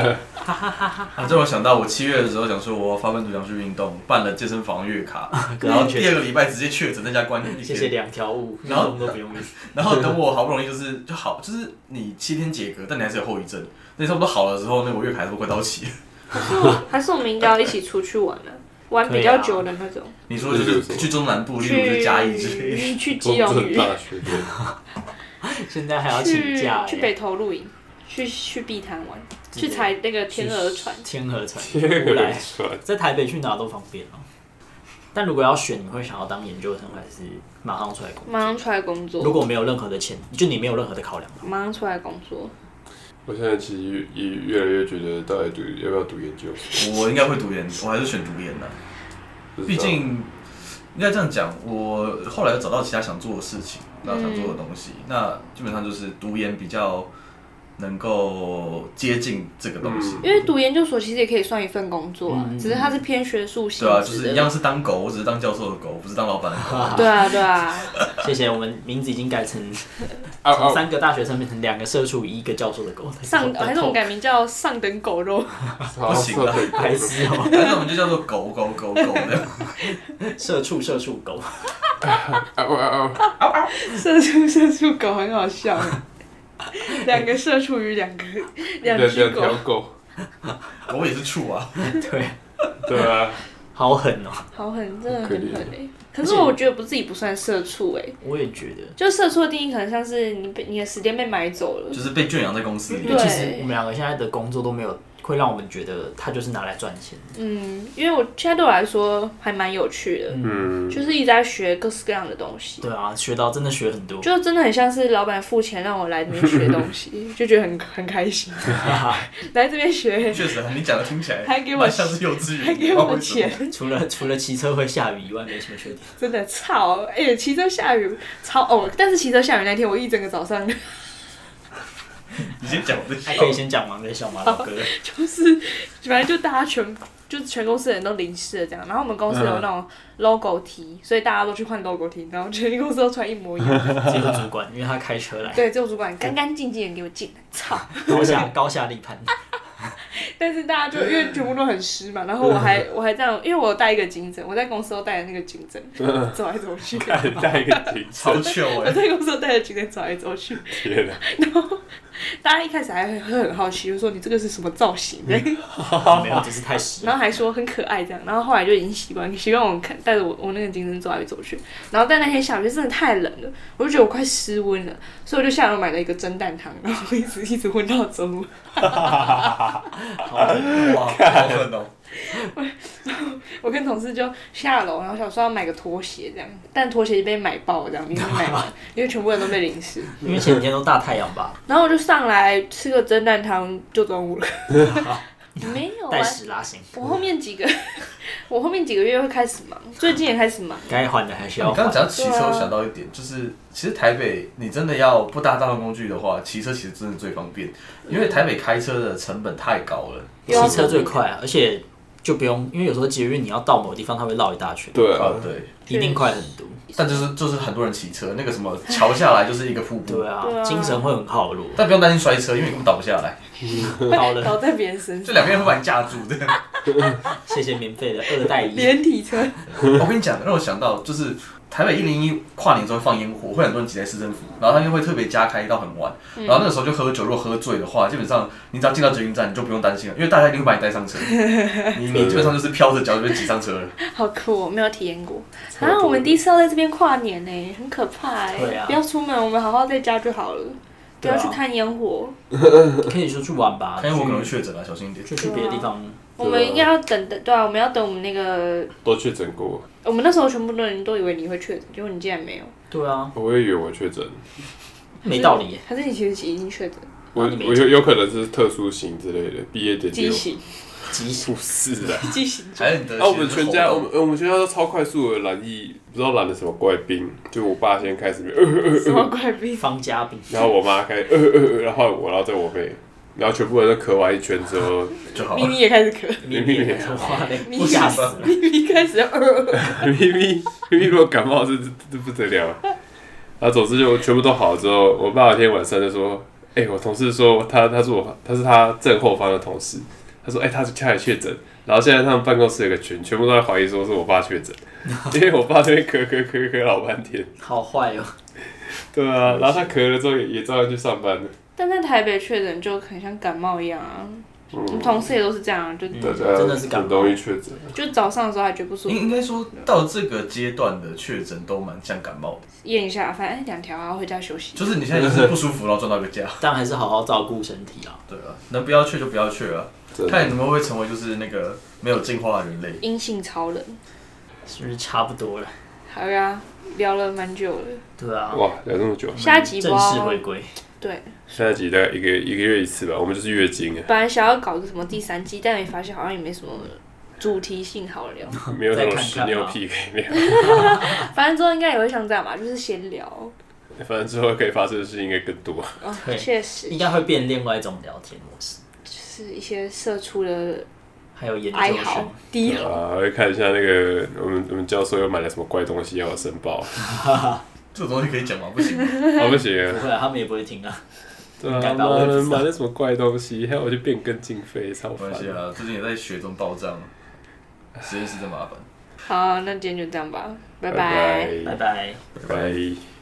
[SPEAKER 4] 啊，这让我想到我七月的时候想说我要发愤图强去运动，办了健身房月 卡，然后第二个礼拜直接确诊在家关一
[SPEAKER 3] 谢谢
[SPEAKER 4] 天，
[SPEAKER 3] 两条 悟，运
[SPEAKER 4] 然后
[SPEAKER 3] 动都不用运。
[SPEAKER 4] 然后 等我好不容易就是就好，就是你七天解隔，但你还是有后遗症。那差不多好了之后，那我月卡还是快到期了。
[SPEAKER 1] 还是我， 还是我们应该要一起出去玩 呢、玩比较久的那种，
[SPEAKER 4] 你说就是去中南
[SPEAKER 3] 啊
[SPEAKER 4] 部，例如是嘉义之类的。
[SPEAKER 1] 去去基隆
[SPEAKER 2] 这
[SPEAKER 1] 屿，
[SPEAKER 2] 大学对，
[SPEAKER 3] 现在还要请
[SPEAKER 1] 去
[SPEAKER 3] 假耶，哎
[SPEAKER 1] 去北投露营，去去碧潭玩，
[SPEAKER 3] 直接
[SPEAKER 1] 去踩那个天鹅船。
[SPEAKER 3] 天鹅船，
[SPEAKER 2] 天
[SPEAKER 3] 乌
[SPEAKER 2] 鹅
[SPEAKER 3] 来
[SPEAKER 2] 船，
[SPEAKER 3] 在台北去哪都方便哦。但如果要选，你会想要当研究生还是马上出来工作？
[SPEAKER 1] 马上出来工
[SPEAKER 3] 如
[SPEAKER 1] 作，
[SPEAKER 3] 果没有任何的钱，就你没有任何的考 量，
[SPEAKER 1] 马上出来工作。
[SPEAKER 2] 我现在其实越越越来越觉得，到底读要不要读研究？
[SPEAKER 4] 我应该会读研，我还是啊选读研的。
[SPEAKER 2] 不知道
[SPEAKER 4] 毕竟应该这样讲，我后来又找
[SPEAKER 1] 嗯
[SPEAKER 4] 到其他想做的事情，那想做的东西，那基本上就是读研比较能够接近这个东西。
[SPEAKER 1] 因为读研究所其实也可以算一份工作啊，
[SPEAKER 3] 嗯
[SPEAKER 1] 只是它是偏学术性
[SPEAKER 4] 对啊，就
[SPEAKER 1] 质的
[SPEAKER 4] 是一样是当狗，我只是当教授的狗，不是当老板的 狗。
[SPEAKER 1] 对啊，对啊，
[SPEAKER 3] 谢谢，我们名字已经改成
[SPEAKER 2] 啊
[SPEAKER 3] 从
[SPEAKER 2] 啊，
[SPEAKER 3] 三个大学生变成两个社畜与一个教授的狗。
[SPEAKER 1] 上哦还是我们改名叫上等狗肉，
[SPEAKER 2] 好
[SPEAKER 4] 不行啊
[SPEAKER 2] 对
[SPEAKER 3] 白痴哦，
[SPEAKER 4] 反正我们就叫做狗狗狗狗的。
[SPEAKER 3] 社畜社畜狗。
[SPEAKER 2] 啊啊啊！
[SPEAKER 1] 社畜社畜狗很好笑， 两个社畜与两个两
[SPEAKER 2] 两
[SPEAKER 1] 只
[SPEAKER 2] 两
[SPEAKER 1] 狗，
[SPEAKER 2] 条狗，
[SPEAKER 4] 狗也是畜啊，
[SPEAKER 3] 对，
[SPEAKER 2] 对啊，
[SPEAKER 3] 好狠哦！
[SPEAKER 1] 好狠，真的
[SPEAKER 2] 可
[SPEAKER 1] 很
[SPEAKER 2] 怜
[SPEAKER 1] 狠哎、可是我觉得不自己不算社畜哎、
[SPEAKER 3] 我也觉得。
[SPEAKER 1] 就社畜的定义可能像是你被你的时间被买走了，
[SPEAKER 4] 就是被圈养在公司里
[SPEAKER 3] 因为
[SPEAKER 4] 面。
[SPEAKER 3] 其
[SPEAKER 1] 对
[SPEAKER 3] 实我们两个现在的工作都没有会让我们觉得他就是拿来赚钱的。
[SPEAKER 1] 嗯，因为我现在对我来说还蛮有趣的，
[SPEAKER 2] 嗯，
[SPEAKER 1] 就是一直在学各式各样的东西，
[SPEAKER 3] 对啊，学到真的学很多。
[SPEAKER 1] 就真的很像是老板付钱让我来这边学东西，就觉得很很开心， 来这边 学
[SPEAKER 4] 确实啊，你讲的听起来
[SPEAKER 1] 还给我
[SPEAKER 4] 蛮像是幼稚园，
[SPEAKER 1] 还给我钱，
[SPEAKER 3] 除了 除了骑车会下雨以外，没什么缺点。
[SPEAKER 1] 真的操！哎、骑车下雨超哦，但是骑车下雨那天我一整个早上
[SPEAKER 4] 你先讲这些
[SPEAKER 3] 还。可以先讲完再笑吗，老哥？
[SPEAKER 1] 就是，反正就大家全就是全公司的人都淋湿了这样，然后我们公司有那种 logo T，、所以大家都去换 logo T，然后全公司都穿一模一样。
[SPEAKER 4] 哦
[SPEAKER 3] 只有主管，因为他开车来，
[SPEAKER 1] 对，只有主管干干净净的给我进来，操！
[SPEAKER 3] 高下高下立判。
[SPEAKER 4] 哦
[SPEAKER 1] 但是大家就因为全部都很湿嘛，然后我还我还这样，因为我有带一个颈枕，我在公司都带着那个颈枕走来走去。
[SPEAKER 2] 看带一个警察，
[SPEAKER 4] 超糗
[SPEAKER 1] 我
[SPEAKER 4] 哎！
[SPEAKER 1] 在公司都带着颈枕走来走去，
[SPEAKER 2] 天哪！
[SPEAKER 1] 大家一开始还会很好奇，就说你这个是什么造型？
[SPEAKER 3] 哦没有，只是太湿
[SPEAKER 1] 然。后还说很可爱这样，然后后来就已经习惯，习惯我看带着我我那个精神走来走去。然后但那天下雨真的太冷了，我就觉得我快失温了，所以我就下楼买了一个蒸蛋汤，然后一直一直温到中午。
[SPEAKER 3] 好狠
[SPEAKER 4] 哇，好狠哦！
[SPEAKER 1] 我跟同事就下楼，然后想说要买个拖鞋这样，但拖鞋就被买爆这样，因为买完，因为全部人都被淋湿。
[SPEAKER 3] 因为前几天都大太阳吧，
[SPEAKER 1] 然后我就上来吃个蒸蛋汤，就中午了。没有啊
[SPEAKER 3] 带，屎拉行，
[SPEAKER 1] 我后面几个， 我后面几个月会开始 忙，最近也开始忙。
[SPEAKER 3] 该还的还是要
[SPEAKER 4] 你刚刚
[SPEAKER 3] 还。
[SPEAKER 4] 讲到骑车，我想到一点，就是其实台北你真的要不搭大众工具的话，骑车其实真的最方便，因为台北开车的成本太高了。
[SPEAKER 1] 又要
[SPEAKER 3] 骑车最快啊，而且就不用，因为有时候节约你要到某地方，它会绕一大圈，
[SPEAKER 2] 对啊
[SPEAKER 4] 啊，，对。
[SPEAKER 3] 一定快很多。
[SPEAKER 4] 但就是就是很多人骑车，那个什么桥下来就是一个瀑布
[SPEAKER 3] 对，啊
[SPEAKER 1] 对啊，
[SPEAKER 3] 精神会很耗落，
[SPEAKER 4] 但不用担心摔车，因为你根本倒不下来，
[SPEAKER 3] 到了
[SPEAKER 1] 倒在别人身
[SPEAKER 4] 这
[SPEAKER 1] 上，
[SPEAKER 4] 两边会把你架住的。
[SPEAKER 3] 谢谢免费的二代一，
[SPEAKER 1] 连体车。
[SPEAKER 4] 我跟你讲，让我想到就是台北一零一跨年之后放烟火，会很多人挤在市政府，然后他们会特别加开到很晚，然后那个时候就喝酒，如果喝醉的话，基本上你只要进到捷运站，你就不用担心了，因为大家一定会把你带上车，你你基本上就是飘着脚就被挤上车 了。
[SPEAKER 1] 好酷、哦，没有体验过。
[SPEAKER 2] 超
[SPEAKER 1] 啊，
[SPEAKER 2] 酷
[SPEAKER 1] 我们第一次要在这边跨年呢，很可怕哎、
[SPEAKER 3] 对啊
[SPEAKER 1] 不要出门，我们好好在家就好了，不
[SPEAKER 3] 对啊
[SPEAKER 1] 要去看烟火。
[SPEAKER 3] 可以出去玩吧，
[SPEAKER 4] 看烟火可能会
[SPEAKER 3] 去
[SPEAKER 4] 确诊啊，小心一点。
[SPEAKER 3] 就去别的地方。
[SPEAKER 1] 我们应该要等的，对啊，我们要等我们那个，
[SPEAKER 2] 都确诊过，
[SPEAKER 1] 我们那时候全部的人都以为你会确诊，结果你竟然没有，
[SPEAKER 3] 对啊，
[SPEAKER 2] 我也以为我确诊，
[SPEAKER 3] 没哎道理耶。
[SPEAKER 1] 还是你其实已经确诊，
[SPEAKER 2] 我
[SPEAKER 3] 你没
[SPEAKER 2] 我有有可能是特殊型之类的，毕业典礼
[SPEAKER 1] 畸形，
[SPEAKER 3] 极
[SPEAKER 2] 不是 的。
[SPEAKER 1] 畸形
[SPEAKER 4] 还有你的，
[SPEAKER 2] 啊那、我们全家，我们我们全家都超快速的染疫，不知道染了什么怪病。就我爸先开始，呃呃
[SPEAKER 1] 什么怪病？
[SPEAKER 3] 方家病，
[SPEAKER 2] 然后我妈开，呃呃呃，然后我，然后再我妹，然后全部人都咳完一圈之后，
[SPEAKER 4] 就好
[SPEAKER 1] 咪
[SPEAKER 4] 了。
[SPEAKER 1] 咪也开始咳，
[SPEAKER 3] 明明也说话嘞，
[SPEAKER 1] 咪
[SPEAKER 3] 不吓死了。
[SPEAKER 1] 咪咪开始呃呃，呃
[SPEAKER 2] 咪咪咪咪如果感冒是这不得了。然后总之就全部都好了之后，我爸那天晚上就说：“哎、我同事说他他是我他是他正后方的同事，他说哎、他他也确诊，然后现在他们办公室有个群，全部都在怀疑说是我爸确诊，因为我爸那边咳咳咳咳老半天。”
[SPEAKER 3] 好坏哦，
[SPEAKER 2] 对啊，然后他咳了之后也也照样去上班了。
[SPEAKER 1] 但在台北确诊就很像感冒一样啊，我们同事也都是这样啊，就
[SPEAKER 3] 嗯
[SPEAKER 2] 大家
[SPEAKER 3] 真的是感
[SPEAKER 2] 很
[SPEAKER 3] 冒
[SPEAKER 2] 容。易确诊，啊
[SPEAKER 1] 就早上的时候还觉得不舒
[SPEAKER 4] 应
[SPEAKER 1] 服，
[SPEAKER 4] 应该说到这个阶段的确诊都蛮像感冒的，
[SPEAKER 1] 验一下，反正哎两条啊，回家休息。
[SPEAKER 4] 就是你现在就是不舒服，然后撞到一个架，
[SPEAKER 3] 但还是好好照顾身体啊。
[SPEAKER 4] 对啊，能不要去就不要去啊，
[SPEAKER 2] 真的
[SPEAKER 4] 看你们会不会成为就是那个没有进化的人类。
[SPEAKER 1] 阴性超人。
[SPEAKER 3] 是不是差不多了？
[SPEAKER 1] 好呀，聊了蛮久了，
[SPEAKER 3] 对啊，
[SPEAKER 2] 哇，聊这么久，
[SPEAKER 1] 下一集
[SPEAKER 3] 正式
[SPEAKER 1] 吧
[SPEAKER 3] 回归，
[SPEAKER 1] 对，
[SPEAKER 2] 下一集大概一个一个月一次吧，我们就是月经啊，
[SPEAKER 1] 本来想要搞个什么第三季，但也发现好像也没什么主题性好聊。
[SPEAKER 2] 没有什么
[SPEAKER 3] 再看看吧啊
[SPEAKER 2] 屎尿屁可以聊。
[SPEAKER 1] 反正之后应该也会像这样吧，就是闲聊。
[SPEAKER 2] 反正之后可以发生的事情应该更多。
[SPEAKER 1] 哦
[SPEAKER 3] 对，
[SPEAKER 1] 确实
[SPEAKER 3] 应该会变另外一种聊天模式，
[SPEAKER 1] 就是一些社畜的
[SPEAKER 3] 还有研
[SPEAKER 1] 哀
[SPEAKER 3] 究生
[SPEAKER 1] 嚎、低吼。
[SPEAKER 2] 啊，我会看一下那个我们我们教授又买了什么怪东西要我申报，
[SPEAKER 4] 这种东西可以讲吗？不行，
[SPEAKER 2] 好不行啊
[SPEAKER 3] 不，会、啊，他们也不会听啊。
[SPEAKER 2] 对啊，
[SPEAKER 3] 该吧
[SPEAKER 2] 妈
[SPEAKER 3] 我也不
[SPEAKER 2] 的
[SPEAKER 3] 知道
[SPEAKER 2] 买了什么怪东西，还要我去变更经费，超
[SPEAKER 4] 没
[SPEAKER 2] 烦
[SPEAKER 4] 关。系啊，最近也在雪中暴涨，实验室真麻烦。
[SPEAKER 1] 好，那今天就这样吧，拜
[SPEAKER 2] 拜
[SPEAKER 1] 拜。
[SPEAKER 3] 拜拜。
[SPEAKER 2] 拜拜。